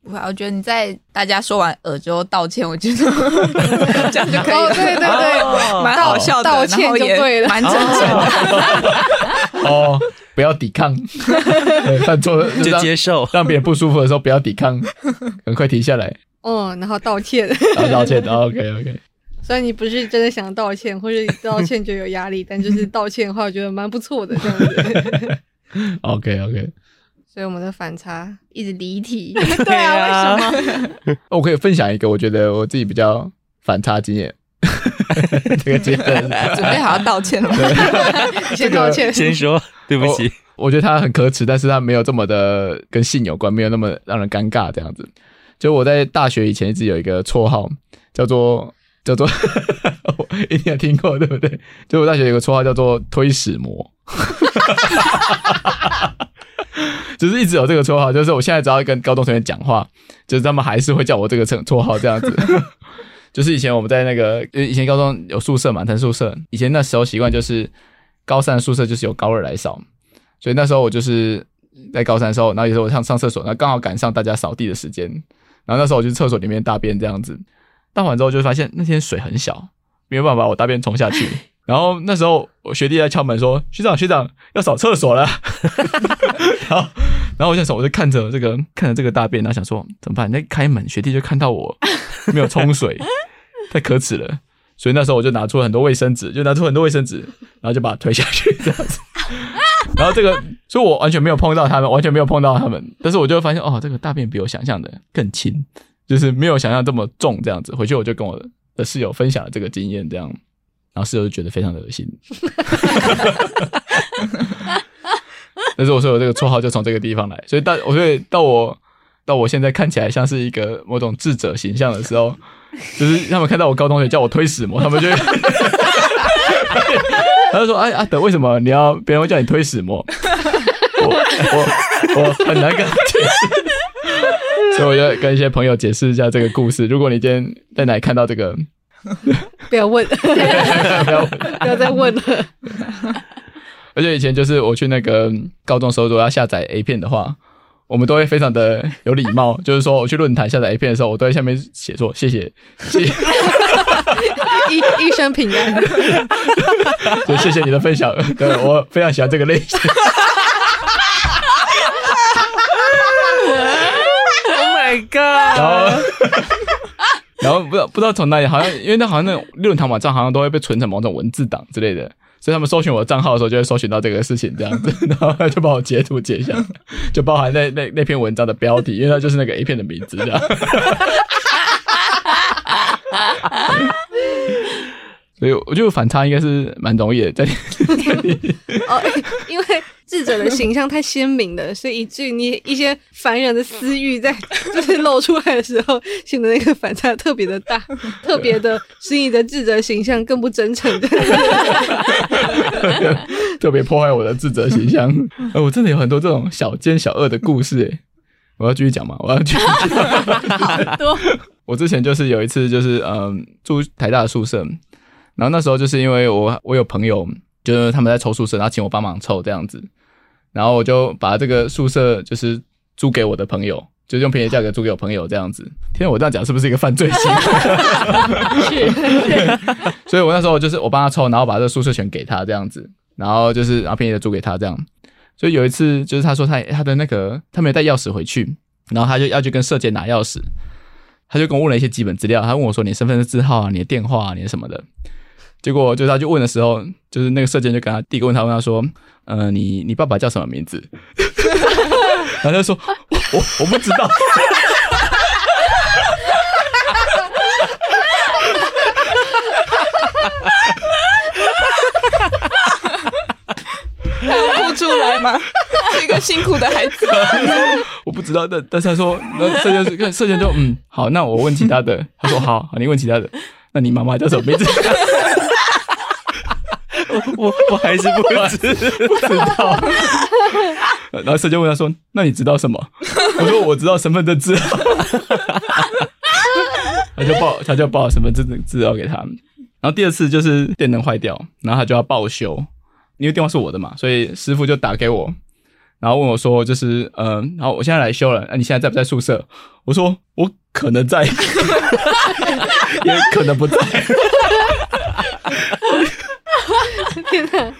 Speaker 6: 不会啊，我觉得你在大家说完
Speaker 5: 呃
Speaker 6: 耳之后道歉，我觉 得这样就可以
Speaker 1: 哦，
Speaker 6: 了。
Speaker 1: 对对对，
Speaker 5: 蛮哦好笑的，
Speaker 1: 道歉
Speaker 5: 然后
Speaker 1: 就
Speaker 5: 也
Speaker 1: 对了
Speaker 5: 蛮正常的。
Speaker 3: 哦，不要抵抗，对犯错了
Speaker 4: 就
Speaker 3: 让
Speaker 4: 接受。
Speaker 3: 让别人不舒服的时候不要抵抗，赶快停下来，
Speaker 1: 哦，然后道歉。
Speaker 3: 然后道歉。OK 哦 OK，
Speaker 1: 虽然你不是真的想道歉，或者道歉就有压力，但就是道歉的话，我觉得蛮不错的这样子。
Speaker 3: OK OK，
Speaker 1: 所以我们的反差一直离题，
Speaker 4: 对啊，为什么？
Speaker 3: 哦我可以分享一个我觉得我自己比较反差经 验，这个经验
Speaker 5: 准备好要道歉了吗？
Speaker 1: 你先道歉。
Speaker 4: 先说对不起，
Speaker 3: 我觉得他很可耻，但是他没有这么的跟性有关，没有那么让人尴尬这样子。就我在大学以前一直有一个绰号，叫做叫做， 我一定有听过对不对？就我大学有一个绰号叫做推屎魔， 就是一直有这个绰号，就是我现在只要跟高中同学讲话，就是他们还是会叫我这个称绰号这样子。 就是以前我们在那个，呃以前高中有宿舍嘛，男宿舍。以前那时候习惯就是高三的宿舍就是由高二来扫，所以那时候我就是在高三的时候，然后有时候我上上厕所，然后刚好赶上大家扫地的时间，然后那时候我去厕所里面大便这样子，大完之后就发现那天水很小，没有办法把我大便冲下去。然后那时候我学弟在敲门说：“学长，学长要扫厕所了。”然后，然后我就想，我就看着这个看着这个大便，然后想说怎么办？那开门，学弟就看到我没有冲水，太可耻了。所以那时候我就拿出了很多卫生纸，就拿出很多卫生纸，然后就把它推下去这样子。然后这个，所以我完全没有碰到他们，完全没有碰到他们。但是我就发现，哦，这个大便比我想象的更轻，就是没有想象这么重这样子。回去我就跟我的室友分享了这个经验，这样，然后室友就觉得非常的恶心。但是我说我这个绰号就从这个地方来，所以到我所以到我到我现在看起来像是一个某种智者形象的时候，就是他们看到我高中同学叫我推屎魔，他们就会他就说：“哎阿德，为什么你要别人会叫你推屎魔？” 我我我很难跟他解释，所以我就跟一些朋友解释一下这个故事。如果你今天在哪里看到这个，
Speaker 1: 不要问，
Speaker 3: 不要
Speaker 1: 不要再 问了。
Speaker 3: 而且以前就是我去那个高中时候，如果要下载 A 片的话，我们都会非常的有礼貌，就是说我去论坛下载 A 片的时候，我都在下面写说谢谢，谢 谢，
Speaker 1: 一一生平安，
Speaker 3: 就谢谢你的分享，对我非常喜欢这个类型。
Speaker 4: Oh my
Speaker 3: 然
Speaker 4: god！
Speaker 3: 后， 然后不知道不知道从哪里，好像因为那好像那种论坛网站好像都会被存成某种文字档之类的，所以他们搜寻我的账号的时候就会搜寻到这个事情这样子， 然后他就把我截图截下 来，就包含那那那篇文章的标题，因为它就是那个 A 片的名字这样。 所以我觉得反差应该是蛮容易的，在
Speaker 1: 哦，因为智者的形象太鲜明了，所以以至于你一些凡人的私欲在就是露出来的时候，显得那个反差特别的大，特别的使你的智者形象更不真诚。
Speaker 3: 特别破坏我的智者形象。呃，我真的有很多这种小奸小恶的故事、欸，我要继续讲吗？我要继续讲。
Speaker 2: 多
Speaker 3: 我之前就是有一次，就是嗯，住台大的宿舍，然后那时候就是因为我我有朋友，就是他们在抽宿舍，然后请我帮忙抽这样子，然后我就把这个宿舍就是租给我的朋友，就是用便宜价格租给我朋友这样子。天啊，我这样讲是不是一个犯罪行为？ 所以我那时候就是我帮他抽，然后把这个宿舍权给他这样子，然后就是然后便宜的租给他这样。所以有一次就是他说他他的那个他没有带钥匙回去，然后他就要去跟社监拿钥匙，他就跟我问了一些基本资料，他问我说你的身份证字号啊，你的电话啊，你的什么的。结果就是他去问的时候，就是那个社监就跟他第一个问他问他说，呃，你你爸爸叫什么名字？ 然后他就说，我我不知道。
Speaker 5: 哭出来 吗？是一个辛苦的孩子，
Speaker 3: 我不知道，但但是他说，那社监就社监就嗯，好，那我问其他 的。他说好，好你问其他的。那你妈妈叫什么名字？
Speaker 4: 我我还是不知。
Speaker 3: 不知道。 然后社监问他说：“那你知道什么？”我说：“我知道身份证 字号。”他就报，他就报身份证字号给他。然后第二次就是电灯坏掉，然后他就要报修，因为电话是我的嘛，所以师傅就打给我，然后问我说：“就是嗯、呃，然后我现在来修了，那、你现在在不在宿舍？”我说：“我可能在， 也可能不在。”
Speaker 1: 天哪，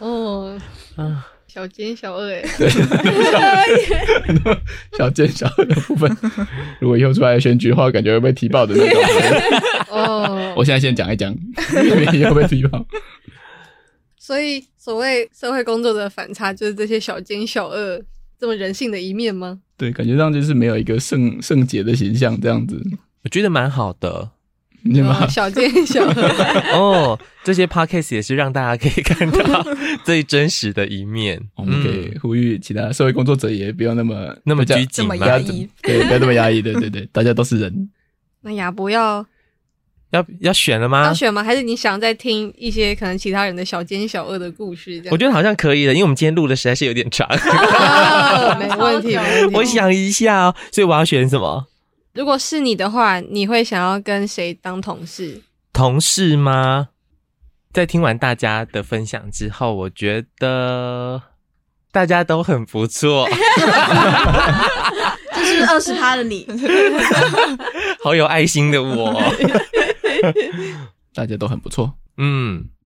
Speaker 1: 哦，小奸小恶哎、
Speaker 3: 小奸小恶的部分，如果以后出来选举的话，感觉会被踢爆的那种。
Speaker 1: 哦，
Speaker 3: 我现在先讲一讲，以后被踢爆。
Speaker 1: 所以所谓社会工作者的反差，就是这些小奸小恶这么人性的一面吗？
Speaker 3: 对，感觉上就是没有一个圣圣洁的形象这样子，
Speaker 4: 我觉得蛮好的
Speaker 3: 对吗
Speaker 4: 嗯
Speaker 1: 哦？小奸小 恶，
Speaker 4: 哦，这些 podcast 也是让大家可以看 到最真实的一面。
Speaker 3: 我们可
Speaker 4: 嗯
Speaker 3: 以呼吁其他社会工作者也不要那么
Speaker 4: 那么
Speaker 3: 不要
Speaker 4: 拘谨
Speaker 5: 这么
Speaker 4: 吗
Speaker 3: 不？要
Speaker 5: 压抑
Speaker 3: 对，不要那么压抑，对对对，大家都是人。
Speaker 1: 那亚伯要
Speaker 4: 要要选了
Speaker 3: 啊
Speaker 4: 吗
Speaker 1: 要？选吗？还是你想再听一些可能其他人的小奸小恶的故事？这样
Speaker 4: 我觉得好像可以了，因为我们今天录的实在是有点长，
Speaker 1: 啊没问题，没问题。
Speaker 4: 我想一下哦，所以我要选什么？
Speaker 1: 如果是你的话，你会想要跟谁当同事？
Speaker 4: 同事吗？在听完大家的分享之后，我觉得大家都很 不错，
Speaker 2: 这是二十趴的 你，
Speaker 4: 好有爱心的我。
Speaker 3: 大家都很不错。
Speaker 4: 嗯，